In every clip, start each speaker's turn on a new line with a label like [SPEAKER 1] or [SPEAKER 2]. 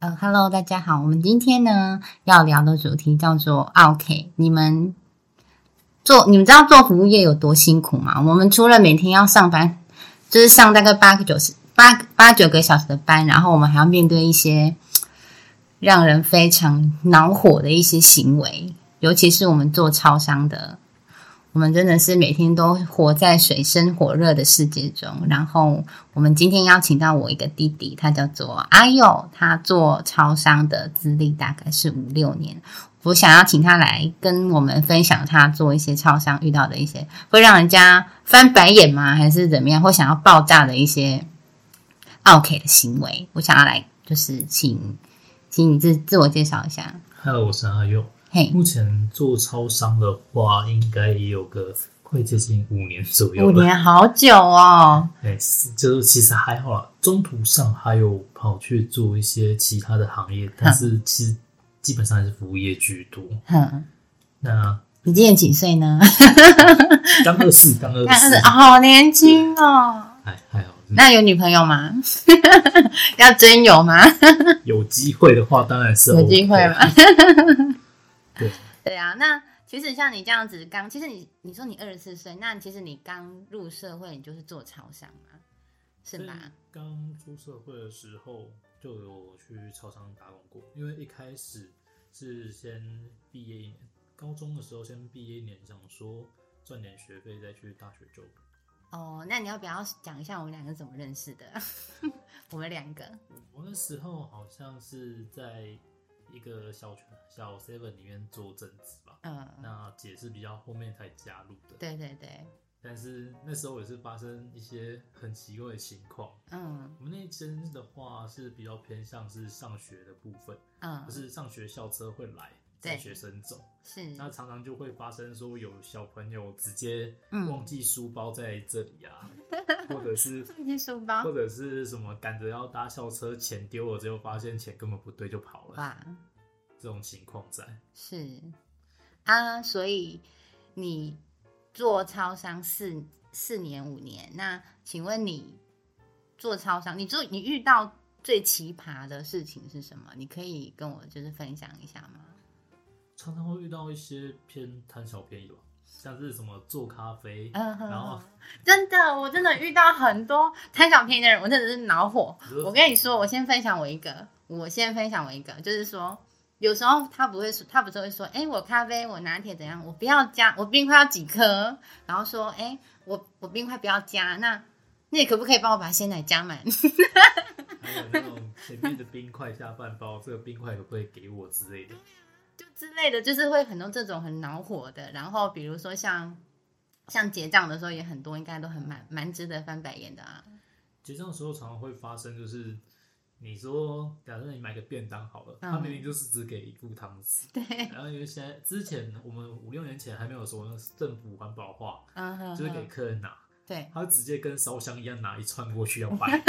[SPEAKER 1] 嗯，Hello，大家好，我们今天呢要聊的主题叫做 “OK”。你们做，你们知道做服务业有多辛苦吗？我们除了每天要上班，就是上大概八个九十八八九个小时的班，然后我们还要面对一些让人非常恼火的一些行为，尤其是我们做超商的，我们真的是每天都活在水深火热的世界中。然后我们今天邀请到我一个弟弟，他叫做阿佑，他做超商的资历大概是五六年。我想要请他来跟我们分享他做一些超商遇到的一些会让人家翻白眼吗，还是怎么样，或想要爆炸的一些 OK 的行为。我想要来就是请，请你自自我介绍一下。
[SPEAKER 2] Hello，我是阿佑。
[SPEAKER 1] 嘿，
[SPEAKER 2] 目前做超商的话，应该也有个快接近五年左右
[SPEAKER 1] 五
[SPEAKER 2] 了。
[SPEAKER 1] 年好久哦。
[SPEAKER 2] 哎，是就是其实还好啦，中途上还有跑去做一些其他的行业，但是
[SPEAKER 1] 嗯
[SPEAKER 2] 其实基本上还是服务业居多。
[SPEAKER 1] 哼，
[SPEAKER 2] 那
[SPEAKER 1] 你今年几岁呢？
[SPEAKER 2] 刚二 四，刚二
[SPEAKER 1] 但
[SPEAKER 2] 四
[SPEAKER 1] 是，好年轻哦。
[SPEAKER 2] 还还好。
[SPEAKER 1] 那有女朋友吗？ 要真有吗？
[SPEAKER 2] 有机会的话，当然是、
[SPEAKER 1] 有机会吗？？
[SPEAKER 2] 对，
[SPEAKER 1] 对啊，那其实像你这样子刚，其实你你说你二十四岁，那其实你刚入社会，你就是做超商嘛，是吧？
[SPEAKER 2] 嗯刚出社会的时候就有去超商打工过，因为一开始是先毕业一年，高中的时候先毕业一年，想说赚点学费再去大学就读。
[SPEAKER 1] 哦，那你要不要讲一下我们两个怎么认识的？ 我们两个，
[SPEAKER 2] 我那时候好像是在一个小圈小 seven 里面做正职吧，
[SPEAKER 1] 嗯，
[SPEAKER 2] 那姐是比较后面才加入的，
[SPEAKER 1] 对对对，
[SPEAKER 2] 但是那时候也是发生一些很奇怪的情况。
[SPEAKER 1] 嗯
[SPEAKER 2] 我们那间的话是比较偏向是上学的部分，
[SPEAKER 1] 嗯
[SPEAKER 2] 就，是上学校车会来
[SPEAKER 1] 对
[SPEAKER 2] 载学生走，
[SPEAKER 1] 是，
[SPEAKER 2] 那常常就会发生说有小朋友直接
[SPEAKER 1] 嗯
[SPEAKER 2] 忘记书包在这里啊，或者是
[SPEAKER 1] 忘记书包
[SPEAKER 2] 或，者是什么赶着要搭校车，钱丢了之后发现钱根本不对就跑了，
[SPEAKER 1] 哇，
[SPEAKER 2] 这种情况在。
[SPEAKER 1] 是啊，所以你做超商四四年五年，那请问你做超商，你做你遇到最奇葩的事情是什么？你可以跟我就是分享一下吗？
[SPEAKER 2] 常常会遇到一些偏贪小便宜吧，像是什么做咖啡，
[SPEAKER 1] 嗯
[SPEAKER 2] 然后
[SPEAKER 1] 真的，我真的遇到很多贪小便宜的人，我真的是恼火。
[SPEAKER 2] 就是
[SPEAKER 1] 我跟你说，我先分享我一个，我先分享我一个，就是说，有时候他不会说，他不是会说，哎、我咖啡，我拿铁怎样，我不要加，我冰块要几颗，然后说，哎、我我冰块不要加，那那你可不可以帮我把鲜奶加满？
[SPEAKER 2] 还有那种前面的冰块下半包，这个冰块可不可以给我之类的。
[SPEAKER 1] 就之类的，就是会很多这种很恼火的。然后比如说像像结账的时候，也很多，应该都很蛮蛮值得翻白眼的啊。
[SPEAKER 2] 结账的时候常常会发生，就是你说，假设你买个便当好了，
[SPEAKER 1] 嗯
[SPEAKER 2] 他明明就是只给一副汤匙，
[SPEAKER 1] 对，
[SPEAKER 2] 然后因为现在之前我们五六年前还没有说政府环保化，
[SPEAKER 1] 嗯哼
[SPEAKER 2] 就是给
[SPEAKER 1] 哼，
[SPEAKER 2] 客人拿，
[SPEAKER 1] 对，
[SPEAKER 2] 他直接跟烧香一样拿一串过去要 拜，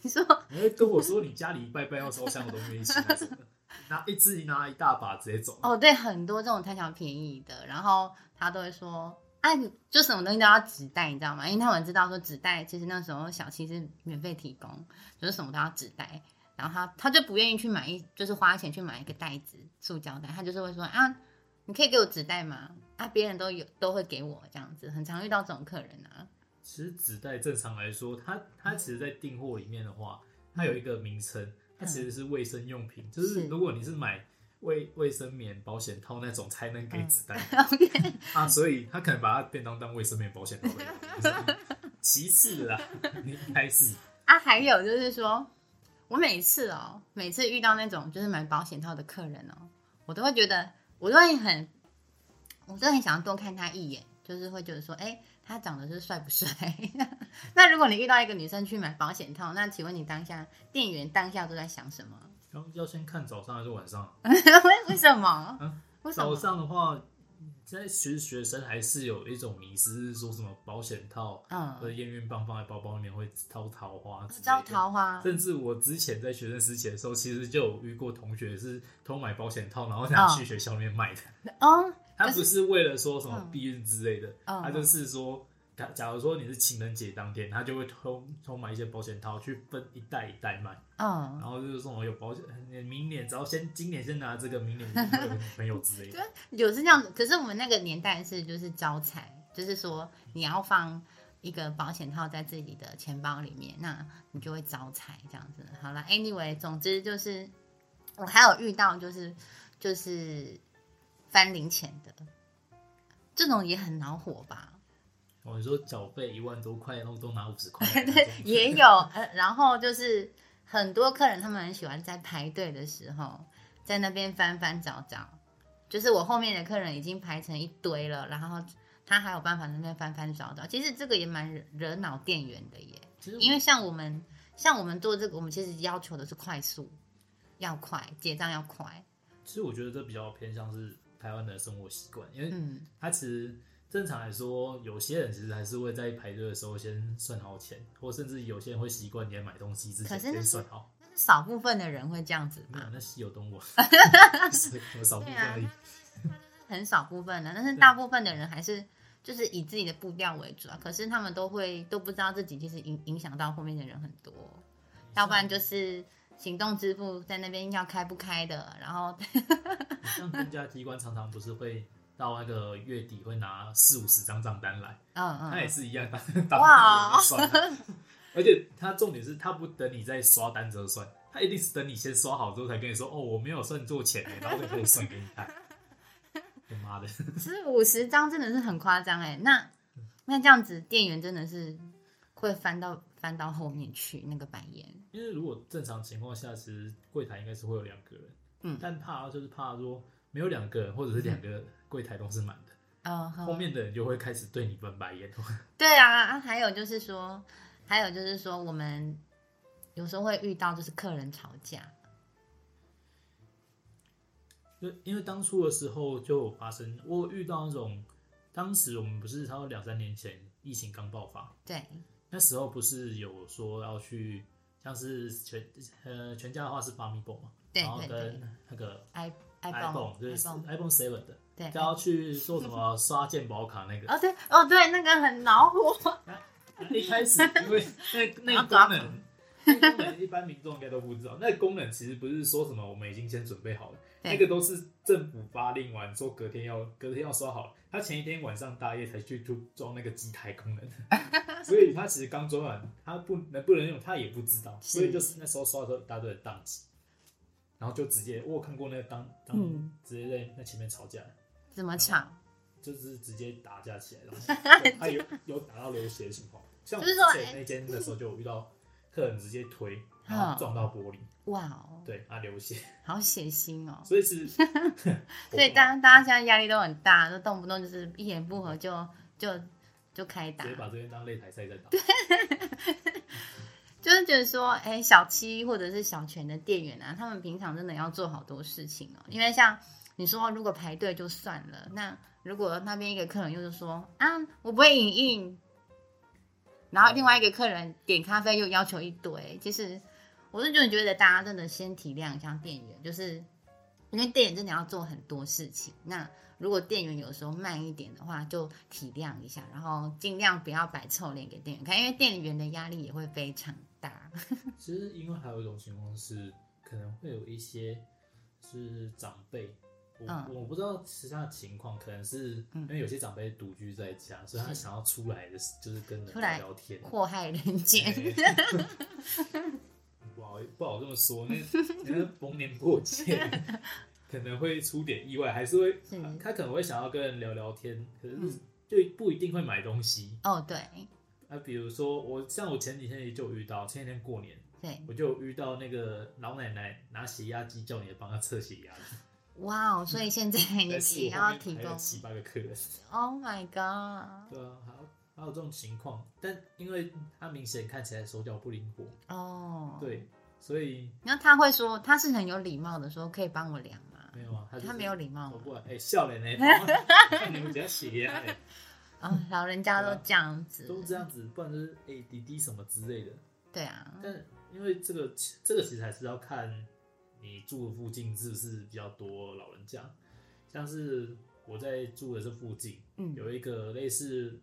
[SPEAKER 1] 你说
[SPEAKER 2] 然后跟我说你家里拜拜要烧香，我都没钱，拿一只拿一大把直接走，
[SPEAKER 1] 哦，对，很多这种贪小便宜的，然后他都会说，啊，你就什么东西都要纸袋，你知道吗？因为他们知道说纸袋其实那时候小七是免费提供，就是什么都要纸袋，然后他他就不愿意去买一，就是花钱去买一个袋子，塑胶袋，他就是会说啊，你可以给我纸袋吗？啊，别人都有都会给我这样子，很常遇到这种客人啊。
[SPEAKER 2] 其实纸袋正常来说，它它其实，在订货里面的话，它有一个名称，它其实是卫生用品，就是
[SPEAKER 1] 嗯是
[SPEAKER 2] 如果你是买卫卫生棉、保险套那种，才能给
[SPEAKER 1] 嗯
[SPEAKER 2] 纸袋、
[SPEAKER 1] OK，
[SPEAKER 2] 啊，所以他可能把它便当当卫生棉、保险套 在用。其次啦，你应该是
[SPEAKER 1] 啊，还有就是说，我每次哦，每次遇到那种就是买保险套的客人哦，我都会觉得，我都会很，我都很想要多看他一眼，就是会觉得说，哎、他长得是帅不帅？ 那如果你遇到一个女生去买保险套，那请问你当下店员当下都在想什么？
[SPEAKER 2] 然后要先看早上还是晚上。
[SPEAKER 1] 为为什么？
[SPEAKER 2] 嗯
[SPEAKER 1] 为什
[SPEAKER 2] 早
[SPEAKER 1] 么？
[SPEAKER 2] 上的话，现在其实学生还是有一种迷思，是说什么保险套和
[SPEAKER 1] 嗯，
[SPEAKER 2] 验孕棒放在包包里面会招桃花
[SPEAKER 1] 不
[SPEAKER 2] 之类的，
[SPEAKER 1] 知道桃花，
[SPEAKER 2] 甚至我之前在学生时期的时候，其实就有遇过同学是偷买保险套，然后拿去学校里面卖的。
[SPEAKER 1] 哦，
[SPEAKER 2] 他
[SPEAKER 1] 可是
[SPEAKER 2] 不是为了说什么
[SPEAKER 1] 嗯
[SPEAKER 2] 避孕之类的，
[SPEAKER 1] 嗯
[SPEAKER 2] 他就是说假假如说你是情人节当天，他就会偷偷买一些保险套去分一袋一袋卖，
[SPEAKER 1] 嗯
[SPEAKER 2] 然，后就是说有保险，你明年只要先今年先拿这个，明年你会有朋友之 类的。
[SPEAKER 1] 有是这样子，可是我们那个年代是就是招财，就是说你要放一个保险套在自己的钱包里面，那你就会招财这样子。好了，anyway，总之就是我还有遇到就是就是翻零钱的，这种也很恼火吧？
[SPEAKER 2] 哦，你说缴费一万多块，然后都拿五十块，
[SPEAKER 1] 对， 也有。呃，然后就是很多客人他们很喜欢在排队的时候，在那边翻翻找找。就是我后面的客人已经排成一堆了，然后他还有办法在那边翻翻找找。其实这个也蛮惹惹恼店员的耶，
[SPEAKER 2] 其实
[SPEAKER 1] 因为像我们像我们做这个，我们其实要求的是快速，要快，结账要快。
[SPEAKER 2] 其实我觉得这比较偏向是台湾的生活习惯，因为
[SPEAKER 1] 嗯，
[SPEAKER 2] 他其实正常来说，有些人其实还是会在排队的时候先算好钱，或甚至有些人会习惯你在买东西之前
[SPEAKER 1] 可是那
[SPEAKER 2] 先
[SPEAKER 1] 是
[SPEAKER 2] 算好。
[SPEAKER 1] 但是少部分的人会这样子
[SPEAKER 2] 没
[SPEAKER 1] 嘛
[SPEAKER 2] 有，，啊那稀有 动物，所以我少部
[SPEAKER 1] 对
[SPEAKER 2] 分
[SPEAKER 1] 啊
[SPEAKER 2] 而已。
[SPEAKER 1] 很少部分的，但是大部分的人还是就是以自己的步调为主啊。可是他们都会都不知道自己其实影影响到后面的人很多，要不然就是行动支付在那边要开不开的，然后
[SPEAKER 2] 像公家机关常常不是会到那个月底会拿四五十张账单来，
[SPEAKER 1] 嗯嗯
[SPEAKER 2] 他也
[SPEAKER 1] 嗯，
[SPEAKER 2] 是一样，
[SPEAKER 1] 哇
[SPEAKER 2] 哇，算啊，而且他重点是他不等你在刷单之后算，他一定是等你先刷好之后才跟你说，哦，我没有算做钱耶，然后才开始算给你 看。他妈的，
[SPEAKER 1] 其实五十张真的是很夸张哎。那
[SPEAKER 2] 嗯
[SPEAKER 1] 那这样子，店员真的是会翻到翻到后面去那个白眼，
[SPEAKER 2] 因为如果正常情况下，其实柜台应该是会有两个人，
[SPEAKER 1] 嗯
[SPEAKER 2] 但怕就是怕说没有两个人，或者是两个柜台都是满的，
[SPEAKER 1] 嗯，哼
[SPEAKER 2] 后面的人就会开始对你翻白眼。
[SPEAKER 1] 对啊，啊，还有就是说，还有就是说，我们有时候会遇到就是客人吵架，
[SPEAKER 2] 就因为当初的时候就有发生，我有遇到那种，当时我们不是差不多两三年前疫情刚爆发，
[SPEAKER 1] 对，
[SPEAKER 2] 那时候不是有说要去，像是全呃全家的话是 b a m i b o 嘛，
[SPEAKER 1] 对
[SPEAKER 2] 然后
[SPEAKER 1] 对
[SPEAKER 2] 跟那个
[SPEAKER 1] i
[SPEAKER 2] iPhone 就是
[SPEAKER 1] iPhone
[SPEAKER 2] iPhone Seven 的，
[SPEAKER 1] 对，
[SPEAKER 2] 就要去做什么刷健保卡那个。
[SPEAKER 1] 哦对哦对，那个很恼火，
[SPEAKER 2] 一 开始因为那那个功能， 那个功能一般民众应该都不知道。那个功能其实不是说什么我们已经先准备好了，
[SPEAKER 1] 对
[SPEAKER 2] 那个都是政府发令完说隔天要隔天要刷好，他前一天晚上大夜才去突装那个机台功能， 所以他其实刚装完，他不能不能用，他也不知道，
[SPEAKER 1] 是
[SPEAKER 2] 所以就是那时候刷的时候一大堆人宕机。然后就直接，我有看过那个当当
[SPEAKER 1] 嗯
[SPEAKER 2] 直接在那前面吵架，
[SPEAKER 1] 怎么吵？
[SPEAKER 2] 就是直接打架起来， 然后他有有打到流血的情况。像我
[SPEAKER 1] 就是
[SPEAKER 2] 之
[SPEAKER 1] 说哎
[SPEAKER 2] 前那间的时候，就有遇到客人直接推，然
[SPEAKER 1] 嗯
[SPEAKER 2] 后撞到玻璃，
[SPEAKER 1] 哇哦，
[SPEAKER 2] 对，啊流血，
[SPEAKER 1] 好血腥哦！
[SPEAKER 2] 所以 是，
[SPEAKER 1] 所以大家大家现在压力都很大，就动不动就是一言不合就就就开打
[SPEAKER 2] 直，接把这边当擂台赛在打。
[SPEAKER 1] 就是觉得说，哎、小七或者是小全的店员啊，他们平常真的要做好多事情哦。因为像你说，如果排队就算了，那如果那边一个客人又是说啊，我不会影印，然后另外一个客人点咖啡又要求一堆，其实我是就觉得大家真的先体谅一下店员，就是因为店员真的要做很多事情。那如果店员有时候慢一点的话，就体谅一下，然后尽量不要摆臭脸给店员看，因为店员的压力也会非常大。
[SPEAKER 2] 其实因为还有一种情况是，可能会有一些是长辈。我、
[SPEAKER 1] 嗯
[SPEAKER 2] 我不知道其他的情况，可能是因为有些长辈独居在家，所以他想要出来的，就是跟人
[SPEAKER 1] 出来
[SPEAKER 2] 聊天，
[SPEAKER 1] 祸害人间，
[SPEAKER 2] 哎 不好不好这么说，那那逢年过节 可能会出点意外，还是会
[SPEAKER 1] 是
[SPEAKER 2] 他可能会想要跟人聊聊天，可是
[SPEAKER 1] 嗯
[SPEAKER 2] 就不一定会买东西。
[SPEAKER 1] 哦，对
[SPEAKER 2] 那、比如说我像我前几天也就有遇到，前几天过年
[SPEAKER 1] 对，
[SPEAKER 2] 我就有遇到那个老奶奶拿血压机叫你帮她测血压，
[SPEAKER 1] 哇哦！所以现在你
[SPEAKER 2] 但
[SPEAKER 1] 们
[SPEAKER 2] 是
[SPEAKER 1] 也
[SPEAKER 2] 我
[SPEAKER 1] 要
[SPEAKER 2] 后
[SPEAKER 1] 提
[SPEAKER 2] 嗯面还
[SPEAKER 1] 供
[SPEAKER 2] 有七八个客人，
[SPEAKER 1] ，Oh my god！
[SPEAKER 2] 对啊，还有还有这种情况，但因为他明显看起来手脚不灵活，
[SPEAKER 1] 哦，，
[SPEAKER 2] 对，所以
[SPEAKER 1] 然后他会说，他是很有礼貌的说，可以帮我量吗？
[SPEAKER 2] 没有啊，他、就是、
[SPEAKER 1] 他没有礼 貌
[SPEAKER 2] 走
[SPEAKER 1] 吗？
[SPEAKER 2] 过来，哎、笑脸呢？帮我看你们家血压、哎，
[SPEAKER 1] 啊，老人家都这样子，
[SPEAKER 2] 啊都这样子，不然就是哎、滴滴什么之类的。
[SPEAKER 1] 对啊，
[SPEAKER 2] 但因为这个这个其实还是要看你住的附近是不是比较多老人家，像是我在住的这附近
[SPEAKER 1] 嗯
[SPEAKER 2] 有一个类似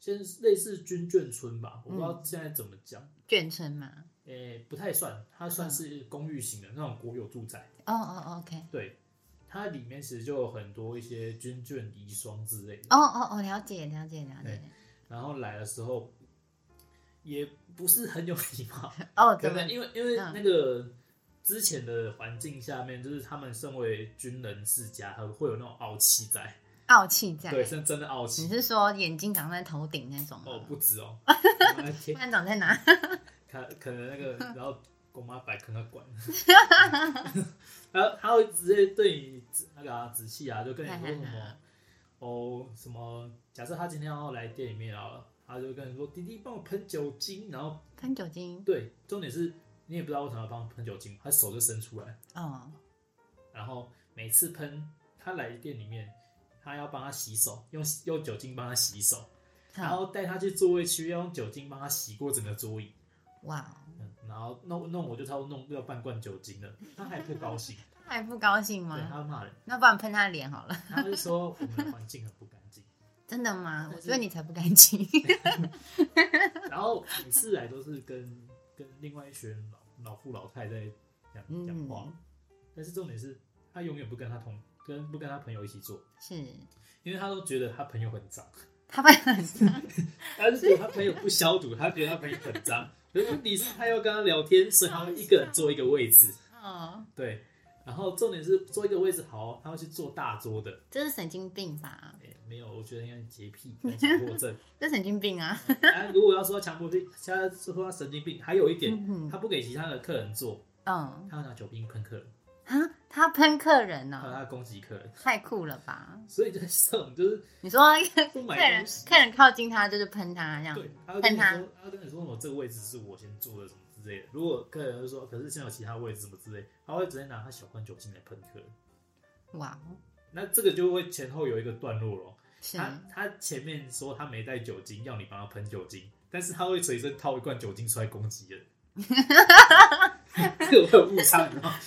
[SPEAKER 2] 先类似军眷村吧，我不知道现在怎么讲，
[SPEAKER 1] 眷村嘛。
[SPEAKER 2] 诶、不太算，它算是公寓型的那种国有住宅。
[SPEAKER 1] 哦哦哦，OK。
[SPEAKER 2] 对，它里面其实就有很多一些军眷遗孀之类的。
[SPEAKER 1] 哦哦哦，了解了解了解。
[SPEAKER 2] 然后来的时候也不是很有礼 貌，
[SPEAKER 1] 哦，
[SPEAKER 2] 可
[SPEAKER 1] 怎么
[SPEAKER 2] 能？因为因为
[SPEAKER 1] 嗯
[SPEAKER 2] 那个之前的环境下面，就是他们身为军人世家，他会有那种傲气在，
[SPEAKER 1] 傲气在？
[SPEAKER 2] 对，是真的傲
[SPEAKER 1] 你
[SPEAKER 2] 气。
[SPEAKER 1] 是说眼睛长在头顶那种吗？
[SPEAKER 2] 哦，不 止哦，
[SPEAKER 1] 不然长在哪？
[SPEAKER 2] 可可能那个，然后我妈摆坑他 管，然后他会直接对你那个啊，仔细啊，就跟你说 什么哦什么，假设他今天要来店里面啊，他就跟你说弟弟帮我喷酒精，然后
[SPEAKER 1] 喷酒精？
[SPEAKER 2] 对，重点是你也不知道为什么要帮我喷酒精，他手就伸出来，
[SPEAKER 1] 哦，
[SPEAKER 2] 然后每次喷他来店里面，他要帮他洗手，用用酒精帮他洗手，然
[SPEAKER 1] 好，
[SPEAKER 2] 后带他去座位区，要用酒精帮他洗过整个桌椅。
[SPEAKER 1] 哇哦，
[SPEAKER 2] 嗯，然后弄弄我就差不多弄掉半罐酒精了，他还不高兴，
[SPEAKER 1] 他还不高兴
[SPEAKER 2] 对
[SPEAKER 1] 吗？
[SPEAKER 2] 他骂人，
[SPEAKER 1] 那不然喷他的脸好了。
[SPEAKER 2] 他就说我们的环境很不干净，
[SPEAKER 1] 真的吗？
[SPEAKER 2] 但是
[SPEAKER 1] 我觉得你才不干净。
[SPEAKER 2] 然后每次来都是跟跟另外一群老老父老太在讲讲话，
[SPEAKER 1] 嗯
[SPEAKER 2] 但是重点是他永远不跟他同跟不跟他朋友一起坐，
[SPEAKER 1] 是，
[SPEAKER 2] 因为他都觉得他朋友很 脏，
[SPEAKER 1] 他会很 脏。
[SPEAKER 2] 他是觉得他朋友不消毒，他觉得他朋友很脏，可是问题是他要跟他聊天，所以他会一个人坐一个位置，
[SPEAKER 1] 哦，
[SPEAKER 2] 对，然后重点是坐一个位置好，他会去坐大桌的。
[SPEAKER 1] 这是神经病吧？
[SPEAKER 2] 欸没有，我觉得应该是洁癖跟强迫 症。
[SPEAKER 1] 这神经病啊！
[SPEAKER 2] 啊，如果要说强迫病，他说他神经病，还有一点，
[SPEAKER 1] 嗯
[SPEAKER 2] 他不给其他的客人做，
[SPEAKER 1] 嗯，
[SPEAKER 2] 他要拿酒精喷客人，
[SPEAKER 1] 哈，他喷客人
[SPEAKER 2] 还有
[SPEAKER 1] 哦，
[SPEAKER 2] 他攻击客人，
[SPEAKER 1] 太酷了吧？
[SPEAKER 2] 所以就是这种就是
[SPEAKER 1] 你说
[SPEAKER 2] 不
[SPEAKER 1] 客
[SPEAKER 2] 买
[SPEAKER 1] 人
[SPEAKER 2] 东西，
[SPEAKER 1] 客人靠近他就是喷他这样，
[SPEAKER 2] 对，他会跟你
[SPEAKER 1] 喷
[SPEAKER 2] 说，他会跟你说我这个位置是我先坐的什么之类的。如果客人就说，可是现在有其他位置什么之类，他会直接拿他小罐酒精来喷客人。
[SPEAKER 1] 哇哦，
[SPEAKER 2] 那这个就会前后有一个段落咯。
[SPEAKER 1] 是
[SPEAKER 2] 他他前面说他没带酒精，要你帮他喷酒精，但是他会随身掏一罐酒精出来攻击 人，这个会有误差，你知道吗？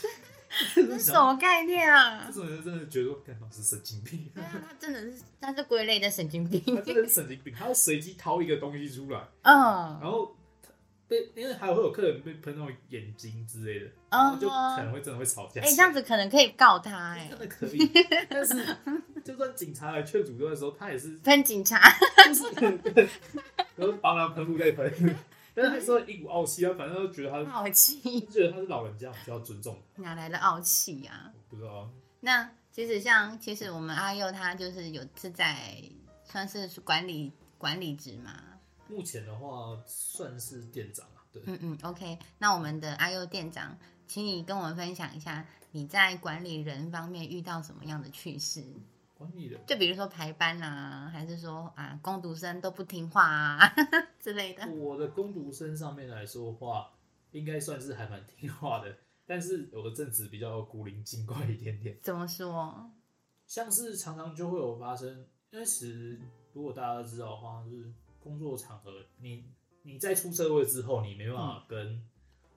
[SPEAKER 1] 这是什么概念啊
[SPEAKER 2] 这？种人真的觉得，干老师神经病，
[SPEAKER 1] 对啊，他真的是，他是归类的神经病。
[SPEAKER 2] 他真的是神经病，他会随机掏一个东西出来，
[SPEAKER 1] 嗯，
[SPEAKER 2] 然后他被因为还会有客人被喷那种眼睛之类的，然
[SPEAKER 1] 嗯
[SPEAKER 2] 后就可能会真的会吵架。
[SPEAKER 1] 哎、这 样子可能可以告他哎、
[SPEAKER 2] 真的可以，但是就算警察来劝阻他的时候，他也是
[SPEAKER 1] 喷警察，
[SPEAKER 2] 就是都帮他喷雾在 喷，但是他说一股傲气，啊他反正就觉得他
[SPEAKER 1] 傲气，
[SPEAKER 2] 觉得他是老人家，我们就要尊重他。
[SPEAKER 1] 哪来的傲气啊？
[SPEAKER 2] 我不知道，
[SPEAKER 1] 那其实像，其实我们阿佑他就是有是在算是管理管理职嘛，
[SPEAKER 2] 目前的话算是店长啊，对，
[SPEAKER 1] 嗯嗯，OK。那我们的阿佑店长，请你跟我们分享一下你在管理人方面遇到什么样的趣事？
[SPEAKER 2] 管理人。
[SPEAKER 1] 就比如说排班啊，还是说啊工读生都不听话啊 之类的。
[SPEAKER 2] 我的工读生上面来说的话，应该算是还蛮听话的，但是我的正职比较古灵精怪一点点，
[SPEAKER 1] 怎么说？
[SPEAKER 2] 像是常常就会有发生，因为其实如果大家都知道的话，就是工作场合，你你在出社会之后，你没办
[SPEAKER 1] 嗯
[SPEAKER 2] 法跟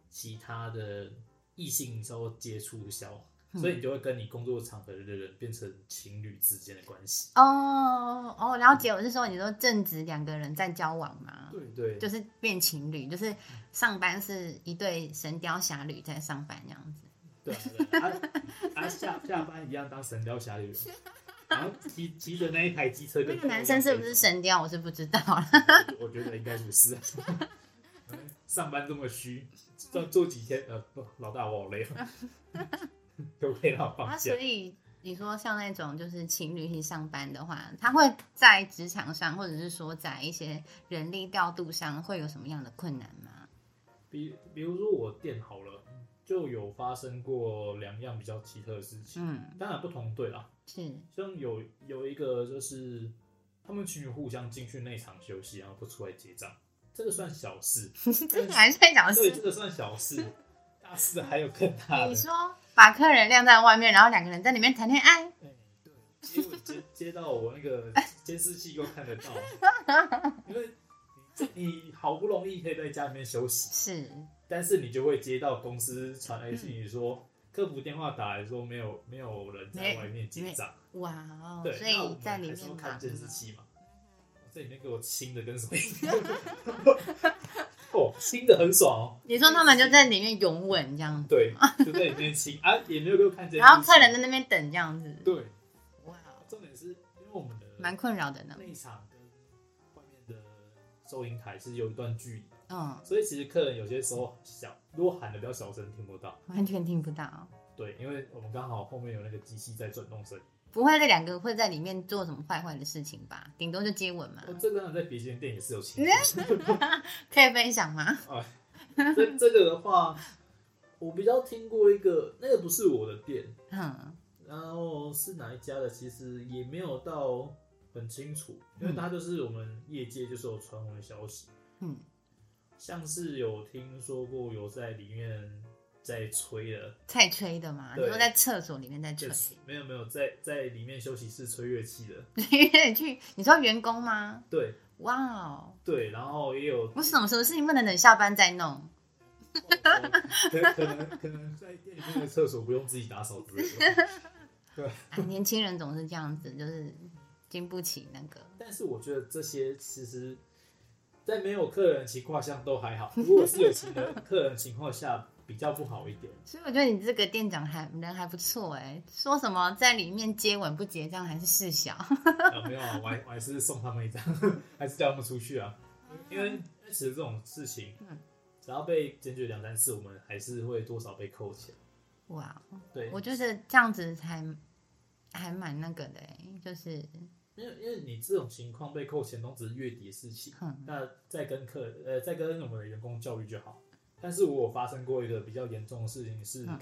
[SPEAKER 2] 其他的异性稍微接触一下，
[SPEAKER 1] 嗯
[SPEAKER 2] 所以你就会跟你工作场合的人变成情侣之间的关系。
[SPEAKER 1] 哦哦，了解。我是说，你说正值两个人在交往吗？
[SPEAKER 2] 对对，
[SPEAKER 1] 就是变情侣，就是上班是一对神雕侠侣在上班这样子。
[SPEAKER 2] 对啊，对啊，啊啊下下班一样当神雕 侠侣人，然后骑骑着那一台机车跟
[SPEAKER 1] 那个男生是不是神雕，我是不知道啦。
[SPEAKER 2] 我觉得应该不是。上班这么虚，做做几天，呃，不老大我好累啊 了，可不可以让 我
[SPEAKER 1] 啊，
[SPEAKER 2] 放假
[SPEAKER 1] 所？以你说像那种就是情侣一起上班的话，他会在职场上，或者是说在一些人力调度上，会有什么样的困难吗？
[SPEAKER 2] 比比如说我店好了，就有发生过两样比较奇特的事情，
[SPEAKER 1] 嗯，
[SPEAKER 2] 当然不同队啦，
[SPEAKER 1] 是
[SPEAKER 2] 像有有一个就是他们情侣互相进去内场休息，然后不出来结账，这个算 小事，
[SPEAKER 1] 这个还算小
[SPEAKER 2] 对，这
[SPEAKER 1] 事。
[SPEAKER 2] 个算小事，大事还有更大
[SPEAKER 1] 你
[SPEAKER 2] 的。
[SPEAKER 1] 说把客人晾在外面，然后两个人在里面谈恋爱，
[SPEAKER 2] 哎对，接接接到我那个
[SPEAKER 1] 哎
[SPEAKER 2] 监视器又看得到，因为你你好不容易可以在家里面休息，
[SPEAKER 1] 是
[SPEAKER 2] 但是你就会接到公司传来信息
[SPEAKER 1] 嗯
[SPEAKER 2] 说，客服电话打来说没有没有人在外面结账，
[SPEAKER 1] 哇哦
[SPEAKER 2] 对，，
[SPEAKER 1] 所
[SPEAKER 2] 那我
[SPEAKER 1] 以
[SPEAKER 2] 们
[SPEAKER 1] 在里
[SPEAKER 2] 还是要
[SPEAKER 1] 面嗯
[SPEAKER 2] 看
[SPEAKER 1] 忙
[SPEAKER 2] 监视器嘛。这里面给我亲的跟什么一样？ 哦，亲的很爽哦。
[SPEAKER 1] 你说他们就在里面拥吻这样子，
[SPEAKER 2] 对，就在里面亲啊，也没有给我看见。
[SPEAKER 1] 然后客人在那边等这样子，
[SPEAKER 2] 对，
[SPEAKER 1] 哇，哦
[SPEAKER 2] 重点是因为我们的
[SPEAKER 1] 蛮困扰的呢。
[SPEAKER 2] 内场跟外面的收银台是有一段距离，
[SPEAKER 1] 嗯，
[SPEAKER 2] 所以其实客人有些时候小，如果喊的比较小声听不到。
[SPEAKER 1] 完全听不到，
[SPEAKER 2] 对，因为我们刚好后面有那个机器在转动声音。
[SPEAKER 1] 不会这两个会在里面做什么坏坏的事情吧？顶多就接吻嘛，
[SPEAKER 2] 哦、这个在别间店也是有情
[SPEAKER 1] 可以分享吗？
[SPEAKER 2] 这这个的话，我比较听过一个，那个不是我的店，
[SPEAKER 1] 嗯，
[SPEAKER 2] 然后是哪一家的，其实也没有到很清楚，因为
[SPEAKER 1] 嗯
[SPEAKER 2] 它就是我们业界就是有传闻消息，
[SPEAKER 1] 嗯，
[SPEAKER 2] 像是有听说过有在里面在吹的，
[SPEAKER 1] 在吹的嘛，你
[SPEAKER 2] 对
[SPEAKER 1] 说在厕所里面在
[SPEAKER 2] 就
[SPEAKER 1] 吹，
[SPEAKER 2] 是没有没有在在里面休息室吹乐器的，
[SPEAKER 1] 因为去你说员工吗？
[SPEAKER 2] 对
[SPEAKER 1] 哇哦，
[SPEAKER 2] 对，然后也有
[SPEAKER 1] 为什么什么事情不能等下班再弄？
[SPEAKER 2] 可可能可能在店里面的厕所不用自己打扫之类的，
[SPEAKER 1] 啊，年轻人总是这样子，就是经不起那个。
[SPEAKER 2] 但是我觉得这些其实。在没有客人的情况下都还好，如果是有情人客人的情况下比较不好一点。
[SPEAKER 1] 所以我觉得你这个店长还人还不错哎、说什么在里面接吻不结账还是事小，
[SPEAKER 2] 啊，没有啊，我还我还是送他们一张， 还是叫他们出去啊，因为因为其实这种事情
[SPEAKER 1] 嗯，
[SPEAKER 2] 只要被检举两三次，我们还是会多少被扣钱。
[SPEAKER 1] 哇，
[SPEAKER 2] 对，
[SPEAKER 1] 我觉得这样子才还蛮那个的、欸，就是
[SPEAKER 2] 因为因为你这种情况被扣钱，都只是月底的事情，
[SPEAKER 1] 哼，
[SPEAKER 2] 那再跟客呃再跟我们的员工教育就好。但是我有发生过一个比较严重的事情是，
[SPEAKER 1] 嗯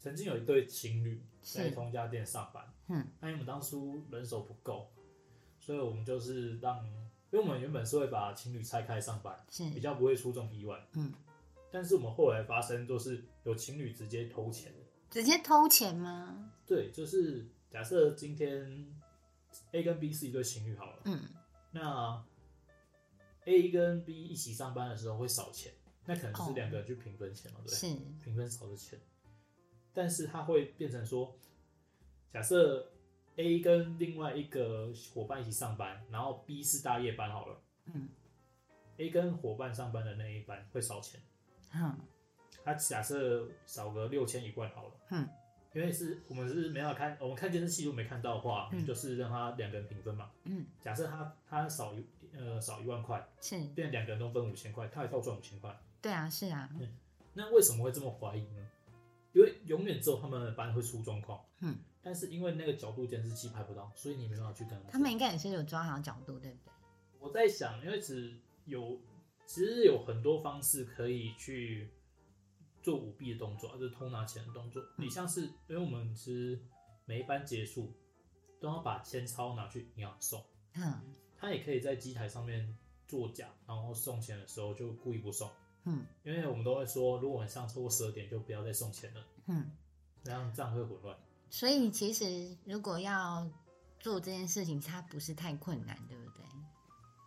[SPEAKER 2] 曾经有一对情侣在
[SPEAKER 1] 是
[SPEAKER 2] 同一家店上班，
[SPEAKER 1] 嗯，
[SPEAKER 2] 那因为我们当初人手不够，所以我们就是让，因为我们原本是会把情侣拆开上班。
[SPEAKER 1] 是
[SPEAKER 2] 比较不会出这种意外。
[SPEAKER 1] 嗯，
[SPEAKER 2] 但是我们后来发生，就是有情侣直接偷钱。
[SPEAKER 1] 直接偷钱吗？
[SPEAKER 2] 对，就是假设今天 A 跟 B 是一对情侣好了，
[SPEAKER 1] 嗯，
[SPEAKER 2] 那 A 跟 B 一起上班的时候会少钱，那可能就是
[SPEAKER 1] 哦
[SPEAKER 2] 两个人去平分钱嘛，对不对，
[SPEAKER 1] 是，
[SPEAKER 2] 平分少的钱。但是它会变成说，假设 A 跟另外一个伙伴一起上班，然后 B 是大夜班好了
[SPEAKER 1] 嗯
[SPEAKER 2] ，A 跟伙伴上班的那一班会少钱。
[SPEAKER 1] 哼
[SPEAKER 2] 他假设少个六千一罐好了，
[SPEAKER 1] 哼，
[SPEAKER 2] 因为是我们是没有看，我们看监视器如果没看到的话，
[SPEAKER 1] 嗯
[SPEAKER 2] 就是让他两个人平分嘛。
[SPEAKER 1] 嗯，
[SPEAKER 2] 假设他他少一呃少一万块，
[SPEAKER 1] 是
[SPEAKER 2] 变两个人都分五千块，他还倒赚五千块。
[SPEAKER 1] 对啊，是啊，
[SPEAKER 2] 那为什么会这么怀疑呢？因为永远只有他们的班会出状况。
[SPEAKER 1] 嗯，
[SPEAKER 2] 但是因为那个角度监视器拍不到，所以你没办法去跟
[SPEAKER 1] 他们应该也是有抓好角度，对不对？
[SPEAKER 2] 我在想，因为其实有其实有很多方式可以去做舞弊的动作，啊就是偷拿钱的动作。
[SPEAKER 1] 嗯
[SPEAKER 2] 你像是因为我们其实每一班结束都要把钱钞拿去银行送，
[SPEAKER 1] 哼
[SPEAKER 2] 他也可以在机台上面作假，然后送钱的时候就故意不送，
[SPEAKER 1] 哼
[SPEAKER 2] 因为我们都会说，如果晚上超过十二点就不要再送钱了，
[SPEAKER 1] 哼，
[SPEAKER 2] 这样这样会混乱。
[SPEAKER 1] 所以其实如果要做这件事情，它不是太困难，对不对？